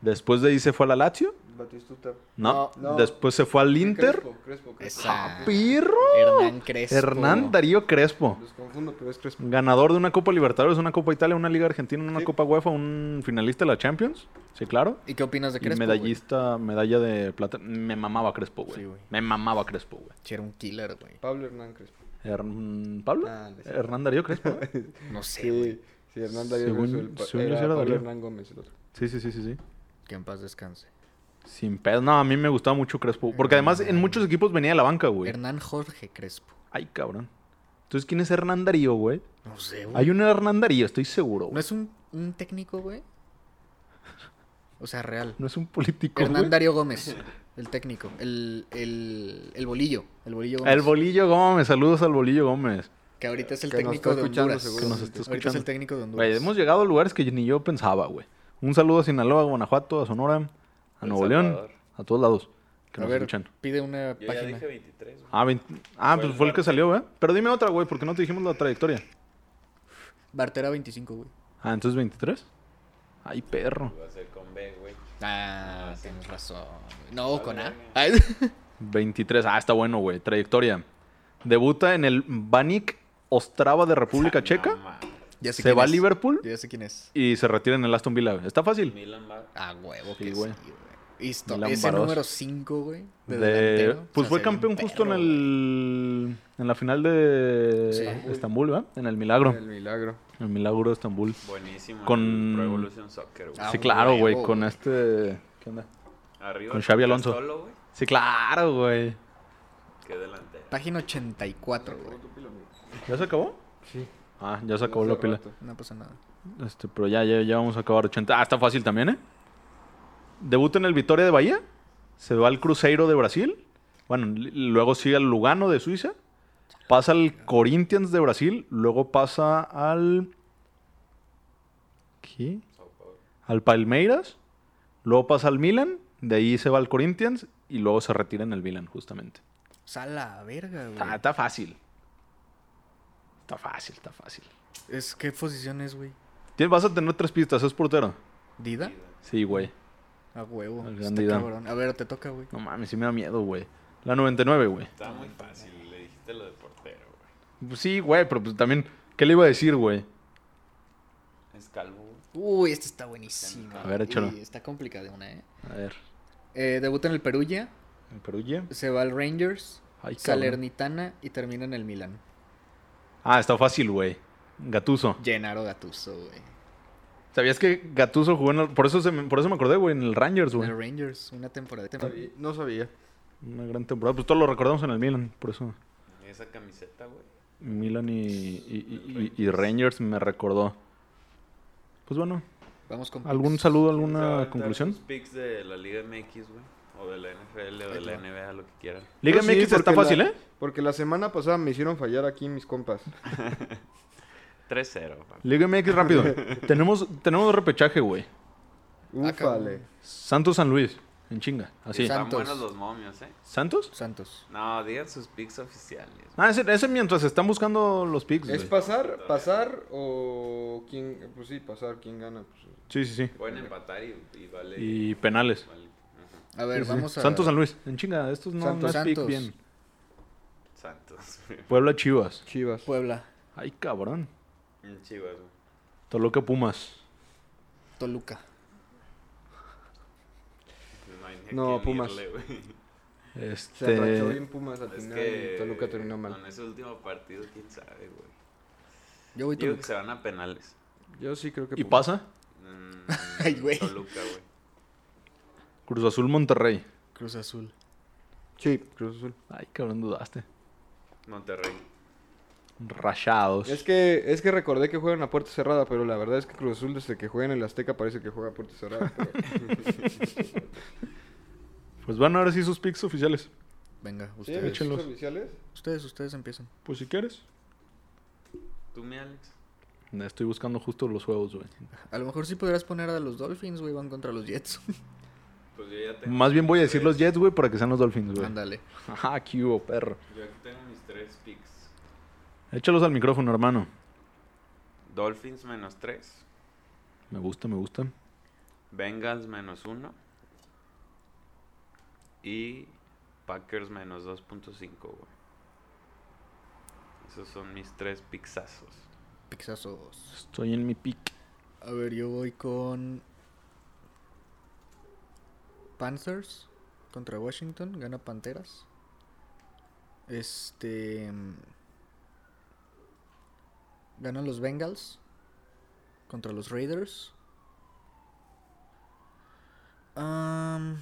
Después de ahí se fue a la Lazio. Batistuta. No. No, no. Después se fue al Inter. Crespo, Crespo, Crespo. Esa- ¡Pirro! Hernán Crespo. Hernán Darío Crespo. Ah, Los confundo, pero es Mm. Crespo. Ganador de una Copa Libertadores, una Copa Italia, una Liga Argentina, una Sí. Copa UEFA, un finalista de la Champions. Sí, claro. ¿Y qué opinas de Y Crespo, güey? medallista, medalla de plata. Me mamaba Crespo, güey. Sí, güey. Me mamaba Crespo, güey. Sí, era un killer, güey. Pablo Hernán Crespo. Hern- ¿Pablo? Ah, no sé. Hernán Darío Crespo. ¿eh? güey. No sé, güey. Sí, sí, Hernán Darío Según- Crespo, el pa- según yo era sí era Pablo Darío. Hernán Gómez el otro. Sí, sí, sí, sí, sí. Que en paz descanse. Sin pedo. No, a mí me gustaba mucho Crespo. Porque además en muchos equipos venía de la banca, güey. Hernán Jorge Crespo. Ay, cabrón. Entonces, ¿quién es Hernán Darío, güey? No sé, güey. Hay un Hernán Darío, estoy seguro. ¿No güey. es un, un técnico, güey? O sea, real. No es un político. Hernán güey. Darío Gómez, el técnico. El, el, el bolillo. El bolillo Gómez. El Bolillo Gómez. Saludos al Bolillo Gómez. que ahorita es el Que nos técnico está de escuchando, Honduras. seguro. Que nos está Ahorita es el escuchando. técnico de Honduras. Güey, hemos llegado a lugares que ni yo pensaba, güey. Un saludo a Sinaloa, a Guanajuato, a Sonora, a El Nuevo León, Salvador. a todos lados que a nos ver, escuchan. pide una Yo ya página. dije 23. güey. Ah, vein- ah, pues fue el que salió, ¿eh? Pero dime otra, güey, porque no te dijimos la trayectoria. Bartera 25, güey. Ah, entonces 23. Ay, perro. Iba a ser con B, güey. Ah, tienes razón. No, con A. verga. Ay, 23. Ah, está bueno, güey. Trayectoria. Debuta en el Banik Ostrava de República No Checa. mames. ya Ah, sé Se quién va a es. Liverpool Ya sé quién es. y se retira en el Aston Villa. güey. Está fácil. Milan va. Ah, huevo Sí, que sí, güey. güey. Histo- Milan ese Baros. número 5, güey. de De- delantero, o pues sea, fue sería un campeón justo en perro, el en la final de Sí. Estambul, ¿verdad? En el Milagro, El milagro. en el Milagro de Estambul. Buenísimo. Con- Con Pro Evolution Soccer, güey. Ah, sí, claro, güey, huevo, con güey. este ¿qué onda? Arriba. con Xabi Alonso. Castolo, güey. Sí, claro, güey. Qué delantero. Página 84, güey. ¿Ya se acabó? Sí. Ah, ya se acabó la Hace pila. rato. No pasa nada. Este, pero ya, ya, ya vamos a acabar 80. Ah, está fácil también, ¿eh? Debuta en el Vitoria de Bahía. Se va al Cruzeiro de Brasil. Bueno, li- luego sigue al Lugano de Suiza. Pasa al Corinthians de Brasil. Luego pasa al. ¿Qué? Al Palmeiras. Luego pasa al Milan. De ahí se va al Corinthians. Y luego se retira en el Milan, justamente. Sala, verga, güey. Está, está fácil. Está fácil, está fácil. Es, ¿Qué posición es, güey? Tien- Vas a tener tres pistas. Es portero. ¿Dida? Sí, güey. A huevo. El gran está Dida. cabrón. A ver, te toca, güey. No mames, sí me da miedo, güey. La 99, güey. Está muy fácil. Le dijiste lo de portero, güey. Pues sí, güey, pero pues también, ¿qué le iba a decir, güey? Es calvo, güey. Uy, esta está buenísima. A ver, échalo. Uy, Está complicada una, ¿eh? A ver. Eh, Debuta en el Perugia, ¿En Perugia? se va al Rangers, Ay, cabrón. Salernitana y termina en el Milan. Ah, está fácil, güey. Gatuso. Gennaro Gattuso, güey. ¿Sabías que Gatuso jugó en el... Por eso, se me... Por eso me acordé, güey, en el Rangers, En güey. el Rangers, una temporada. Sabí- No sabía. Una gran temporada. Pues todos lo recordamos en el Milan, por eso. Esa camiseta, güey. Milan y, y- y- y- y Rangers me recordó. Pues bueno, Vamos con ¿algún picks. saludo, Se va a alguna aventar conclusión? sus picks de la Liga MX, güey. O de la NFL o de Ahí la te va. NBA, lo que quieran. Liga No, sí, MX está porque fácil, la- ¿eh? Porque la semana pasada me hicieron fallar aquí mis compas. 3-0, papá. Liga MX rápido. tenemos, tenemos repechaje, güey. Ah, Ufale. Santos San Luis, en chinga. Así. San- Están Santos. buenos los momios, ¿eh? ¿Santos? Santos. No, digan sus picks oficiales. Ah, ese, ese mientras están buscando los picks. ¿Es güey. pasar, pasar o quién? Pues sí, pasar, ¿quién gana? Pues, Sí, sí, sí. Pueden empatar y, y vale. Y penales. vale. Ajá. A ver, Sí, sí. vamos a... Santos San Luis. En chinga, estos no, Santos, no es pick Santos. bien. Santos. Puebla Chivas. Chivas. Puebla, Ay, cabrón. Mm, Chivas, güey. Toluca Pumas. Toluca. No, hay ni a No, quién Pumas. irle, güey. Se arrachó Este. bien Pumas al Es final que y Toluca terminó mal. Con ese último partido, quién sabe, güey. Yo voy Digo Toluca. que se van a penales. Yo sí creo que ¿Y Pumas. pasa? Mm, Ay, güey. Toluca, güey. Cruz Azul Monterrey. Cruz Azul. Sí, Cruz Azul. Ay, cabrón, dudaste. Monterrey. Rayados. Es que, es que recordé que juegan a puerta cerrada, pero la verdad es que Cruz Azul desde que juega en el Azteca parece que juega a puerta cerrada. pero- Pues van ahora sí sus picks oficiales. Venga, ¿Sí? ustedes. ¿Los échenlos. oficiales? ustedes, ustedes empiezan. Pues si quieres. ¿Tú, mi Alex? Estoy buscando justo los juegos, güey. A lo mejor sí podrás poner a los Dolphins, güey, van contra los Jets. Pues yo ya tengo. Más bien voy a mis decir los tres. Jets, güey, para que sean los Dolphins, güey. Ándale. Ajá, qué hubo, perro. Yo aquí tengo mis tres picks. Échalos al micrófono, hermano. Dolphins menos 3. Me gusta, me gusta. Bengals menos 1. Y Packers menos 2.5, güey. Esos son mis tres pixazos. Pixazos. Estoy en mi pick. A ver, yo voy con. Panthers contra Washington. Gana Panteras. Este. mm, Ganan los Bengals contra los Raiders. Am,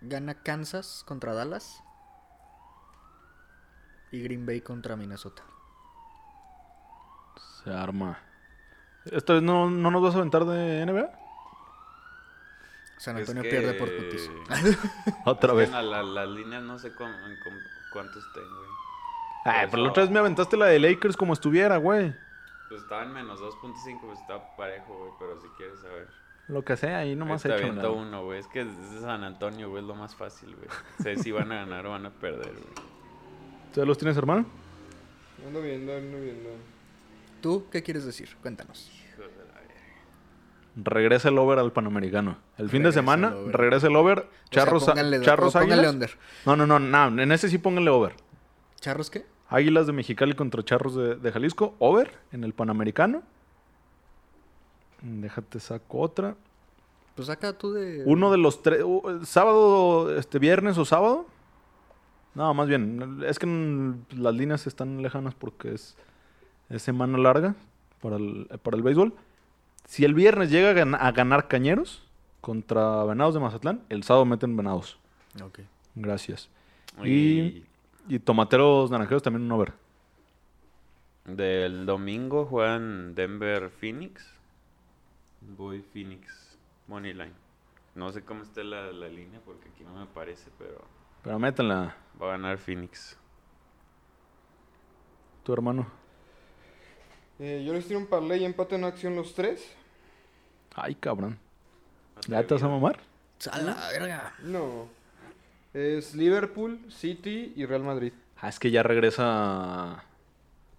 gana Kansas contra Dallas. Y Green Bay contra Minnesota. Se arma. ¿Esta vez no, no nos vas a aventar de NBA? San Es Antonio que- pierde por putis. Otra Es vez. que la- la- las líneas no sé cómo- en com- cuántos tengo, güey. Ay, pero la otra vez me aventaste la de Lakers como estuviera, güey. Pues estaba en menos 2.5, pues está parejo, güey. Pero si quieres saber. Lo que sea, ahí nomás Ahí te échamela. aviento uno, güey. Es que es de San Antonio, güey. Es lo más fácil, güey. sé si van a ganar o van a perder, güey. ¿Tú ya los tienes, hermano? Ando viendo, ando viendo. ¿Tú qué quieres decir? Cuéntanos. Hijo de la verga. Regresa el over al Panamericano. El fin de Regresa semana, el over. regresa el over. Charros, sea, pónganle- Charros o pónganle Águilas. under. No, no, no, no. En ese sí pónganle over. ¿Charros qué? Águilas de Mexicali contra Charros de, de Jalisco. Over en el Panamericano. Déjate, saco otra. Pues saca tú de. Uno de los tres. u- el Sábado, este viernes o sábado. No, más bien. Es que mm, las líneas están lejanas porque es, es semana larga para el, para el béisbol. Si el viernes llega a, gan- a ganar Cañeros contra Venados de Mazatlán, el sábado meten Venados. Ok. Gracias. Y, Y y Tomateros Naranjeros también un over. del domingo juegan Denver Phoenix. Voy Phoenix. Money line. No sé cómo está la, la línea porque aquí no me parece, pero Pero métanla, va a ganar Phoenix. tu hermano. Eh, yo les tiro un parlay empate en acción los tres. Ay, cabrón. ¿Ya te vas a Atrevido. mamar? A la verga. No. Es Liverpool, City y Real Madrid. Ah, es que ya regresa.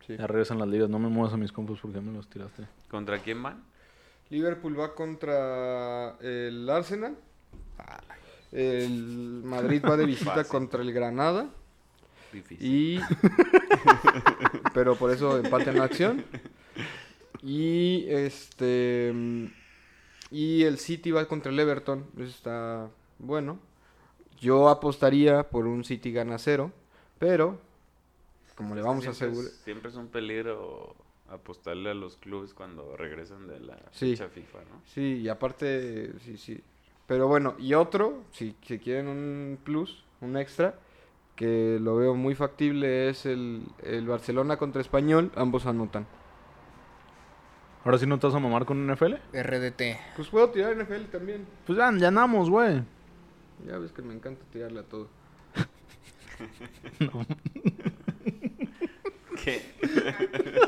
Sí. Ya regresan las ligas. No me muevas a mis compas porque ya me los tiraste. ¿Contra quién van? Liverpool va contra el Arsenal. El Madrid va de visita Fácil. contra el Granada. Difícil. Y. Pero por eso empate en la acción. Y este. mm, Y el City va contra el Everton. Eso está bueno. Yo apostaría por un City gana cero. Pero. Como le vamos a Siempre es- asegurar. Siempre es un peligro apostarle a los clubes cuando regresan de la Sí. fecha FIFA, ¿no? Sí, y aparte, sí, sí. Pero bueno, y otro, si, si quieren un plus, un extra, que lo veo muy factible, es el, el Barcelona contra Español, ambos anotan. Ahora sí no te vas a mamar con NFL. RDT. Pues puedo tirar NFL también. Pues ya, ya andamos, güey. Ya ves que me encanta tirarle a todo. ¿Qué?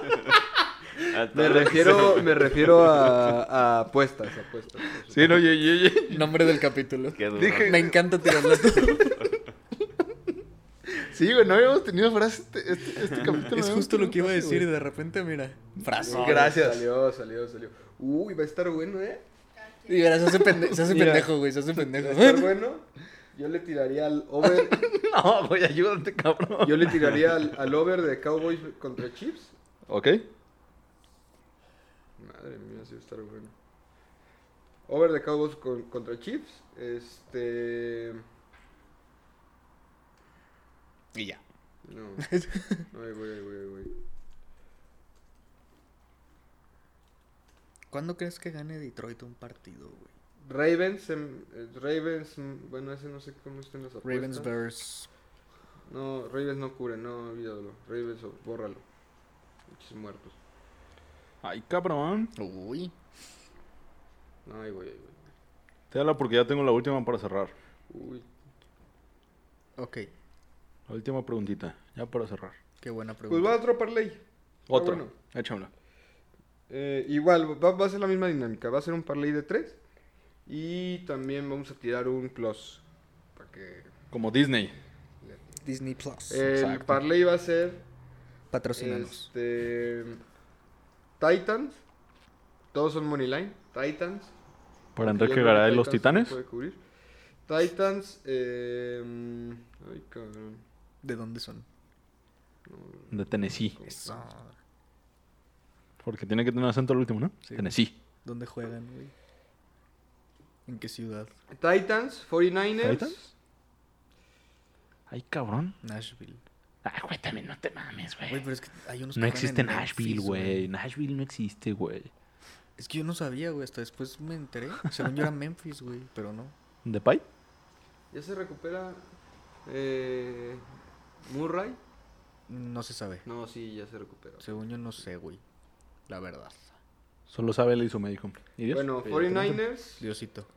A Me todos los que refiero, me refiero a, a apuestas, apuestas. por supuesto. no, yo, yo, Nombre del capítulo. se- que dudaron. Dije- Me encanta tirarla. Sí, güey, no habíamos tenido frases este, este, este capítulo. es justo lo que iba a decir y de repente, mira. Frase. Ay, este. gracias. Salió, salió, salió. Uy, va a estar bueno, ¿eh? Y mira, se hace, pende- se hace Mira. pendejo, güey. Se hace Va a pendejo. estar bueno. Yo le tiraría al over No, güey, ayúdate, cabrón. Yo le tiraría al, al over de Cowboys contra Chiefs. Ok. Madre mía, sí va a estar bueno. Over de Cowboys con- contra Chiefs. Este. Y ya. No. Ay, güey, ay, güey, ay, güey. ¿Cuándo crees que gane Detroit un partido, güey? Ravens. em, eh, Ravens. mm, Bueno, ese no sé cómo están las apuestas. Ravens Bears. No, Ravens no cubre, no, olvídalo. Ravens, oh, bórralo. Muchos muertos. Ay, cabrón. Uy. No, ay, güey, ay, güey. Te habla porque ya tengo la última para cerrar. Uy. Ok. La última preguntita, ya para cerrar. Qué buena Pues pregunta. va otro parlay. Está Otra. bueno. Échamela. Eh, igual, va, va a ser la misma dinámica. Va a ser un parlay de tres. Y también vamos a tirar un plus. Para que. Como Disney. Disney Plus. El Exacto. parlay va a ser. Patrocínanos. Eh, Este. Titans. Todos son Moneyline. Titans. Para aunque Enrique yo creo que Garay, los Titans no Titanes. puede cubrir. Titans. eh, ay, cabrón. ¿De dónde son? De Tennessee. Eso. Porque tiene que tener acento el último, ¿no? Sí. Tennessee. ¿Dónde juegan, güey? ¿En qué ciudad? Titans, 49ers. ¿Titans? Ay, cabrón. Nashville. Ay, güey, también no te mames, Güey, pero es que hay unos que Eh, No juegan existe en Nashville, Memphis, güey. Nashville no existe, güey. Es que yo no sabía, güey. Hasta después me enteré. Según yo era Memphis, güey. Pero no. ¿De Pai? Ya se recupera. eh, Murray. No se sabe. No, sí, ya se recupera. Según yo no sé, güey. La verdad. Solo sabe él y su médico. ¿Y Dios? Bueno, Sí, 49ers. Diosito.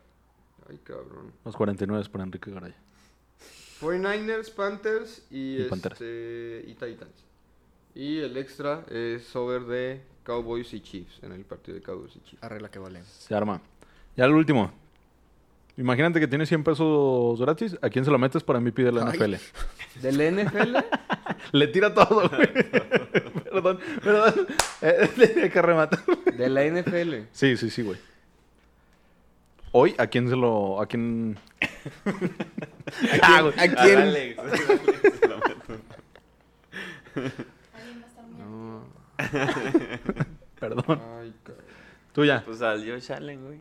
Ay, cabrón. Los 49 para Enrique Garay. 49ers, Panthers y, Y Panteras. este, y Titans. Y el extra es over de Cowboys y Chiefs, en el partido de Cowboys y Chiefs. Arregla que valen. Se arma. Ya el último. Imagínate que tienes 100 pesos gratis. ¿A quién se lo metes para mí pide la Ay. NFL? ¿Del NFL? Le tira todo, güey. perdón, perdón. Eh, Tenía que rematar. de la NFL. Sí, sí, sí, güey. Hoy, ¿a quién se lo...? ¿A quién...? Ah, güey. ¿A A quién? Alex, Alex, lo meto. Alguien va a estar muy No. Perdón. Ay, cabrón. Tú ya. Pues al Josh Allen, güey.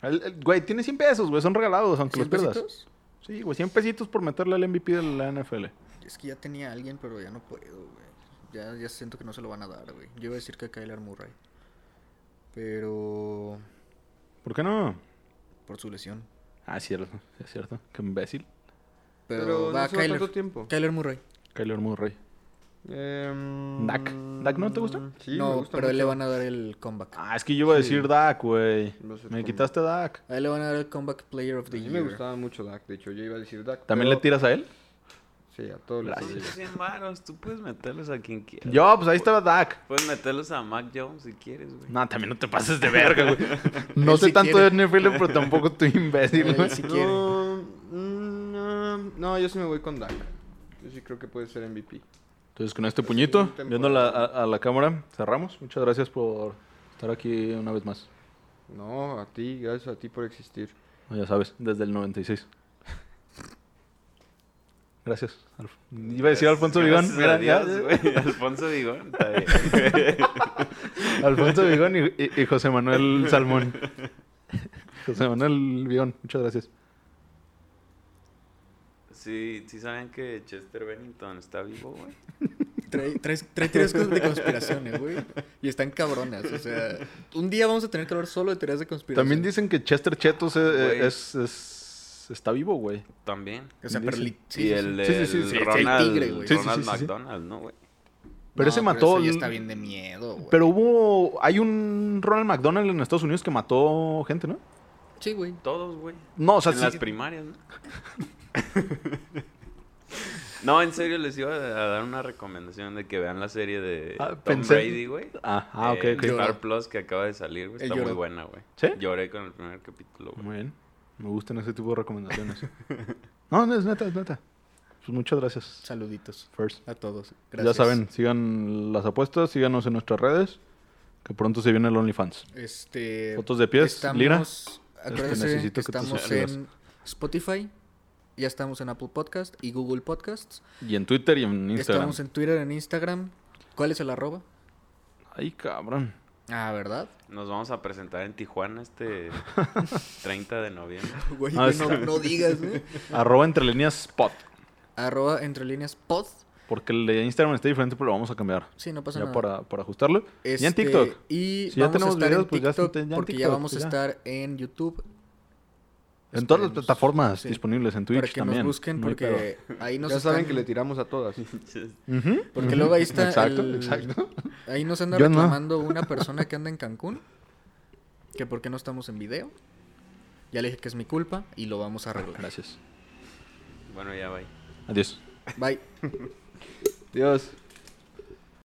El- el- güey, tiene 100 pesos, güey. Son regalados, aunque los ¿Cien pierdas. pesitos? Sí, güey. 100 pesitos por meterle al MVP de la NFL. Es que ya tenía a alguien, pero ya no puedo, güey. Ya, ya siento que no se lo van a dar, güey. Yo iba a decir que Kyler Murray. Pero. ¿Por qué no? Por su lesión. Ah, cierto. Es cierto. Qué imbécil. Pero, Pero, va no se va Kyler. tanto tiempo. Kyler Murray. Kyler Murray. Em, Dak. ¿Dak no te gusta? Sí, no, me gusta pero a él le mucho. van a dar el comeback. Ah, es que yo iba a Sí. decir Dak, güey. No sé Me cómo. quitaste Dak. A él le van a dar el comeback player of A the mí year. me gustaba mucho Dak, de hecho, yo iba a decir Dak. ¿También pero- le tiras a él? Sí, a todos les Son Gracias. tiras. 100 varos, tú puedes meterlos a quien quieras. Yo, pues ahí estaba Dak. Puedes meterlos a Mac Jones si quieres, güey. No, también no te pases de verga, güey. No Él sé sí tanto quiere. de NFL, pero tampoco estoy imbécil, Él güey. sí quiere. No, mm, no, no, yo sí me voy con Dak. Yo sí creo que puede ser MVP. Entonces, con este puñito, siguiente viendo la- a, temporada. a la cámara, cerramos. Muchas gracias por estar aquí una vez más. No, a ti, gracias a ti por existir. Ya sabes, desde el 96. Gracias. Alf- Iba a decir Alfonso Vigón. Gracias a Mira, ya- Dios, güey. Alfonso Vigón, está bien. Alfonso Vigón y, y- y José Manuel Salmón. José Manuel Vigón, muchas gracias. Sí, sí saben que Chester Bennington está vivo, güey. Trae, trae, trae teorías cos- de conspiraciones, güey. Y están cabronas. O sea, un día vamos a tener que hablar solo de teorías de conspiración. También dicen que Chester Chetos Güey. es, es- es- está vivo, güey. También. O sea, pero dicen. li- sí, y sí, el sí. de Sí, sí, sí, sí, sí, el Ronald, tigre, güey. Sí, sí, Ronald sí, sí, sí. McDonald, ¿no, güey? Pero No, ese mató. eso ya está bien de miedo, güey. pero hubo. Hay un Ronald McDonald en Estados Unidos que mató gente, ¿no? Sí, güey. Todos, güey. No, o sea, en sí- las primarias, ¿no? no, en serio, les iba a dar una recomendación de que vean la serie de Ah, Tom pensé- Brady, güey. Ah, ah, ok, Eh, ok. en Star Lloro. Plus que acaba de salir, güey. Él Está muy lloró. buena, güey. ¿Sí? Lloré con el primer capítulo, güey. Muy bien. Me gustan ese tipo de recomendaciones. no, no, es neta, es neta. Pues muchas gracias. Saluditos First. a todos. Gracias. Ya saben, sigan las apuestas, síganos en nuestras redes, que pronto se viene el OnlyFans. Este, Fotos de pies, lira. Acuérdense Este, necesito que que tú estamos salgas. en Spotify, ya estamos en Apple Podcast y Google Podcasts. Y en Twitter y en Instagram. Estamos en Twitter, en Instagram. ¿Cuál es el arroba? Ay, cabrón. Ah, ¿verdad? Nos vamos a presentar en Tijuana este 30 de noviembre. Güey, Ah, güey, está. no, no digas, ¿eh? Arroba entre líneas pod. Arroba entre líneas pod. Porque el de Instagram está diferente, pero lo vamos a cambiar. Sí, no pasa Ya nada. para, para ajustarlo. Y en Este, TikTok. Y Si ya vamos tenemos a estar videos, en pues ya TikTok está- ya en porque ya TikTok, vamos pues a ya. estar en YouTube. En todas las esperemos. plataformas Sí. disponibles, en Twitch Para que también. nos busquen no hay porque ahí nos ya saben están- que le tiramos a todas. pedo. Ujú, Porque ujú. luego ahí está Exacto, el- exacto. Ahí nos anda Yo no. reclamando una persona que anda en Cancún. Que por qué no estamos en video. Ya le dije que es mi culpa y lo vamos a arreglar. Gracias. Bueno, ya bye. Adiós. Bye. Dios.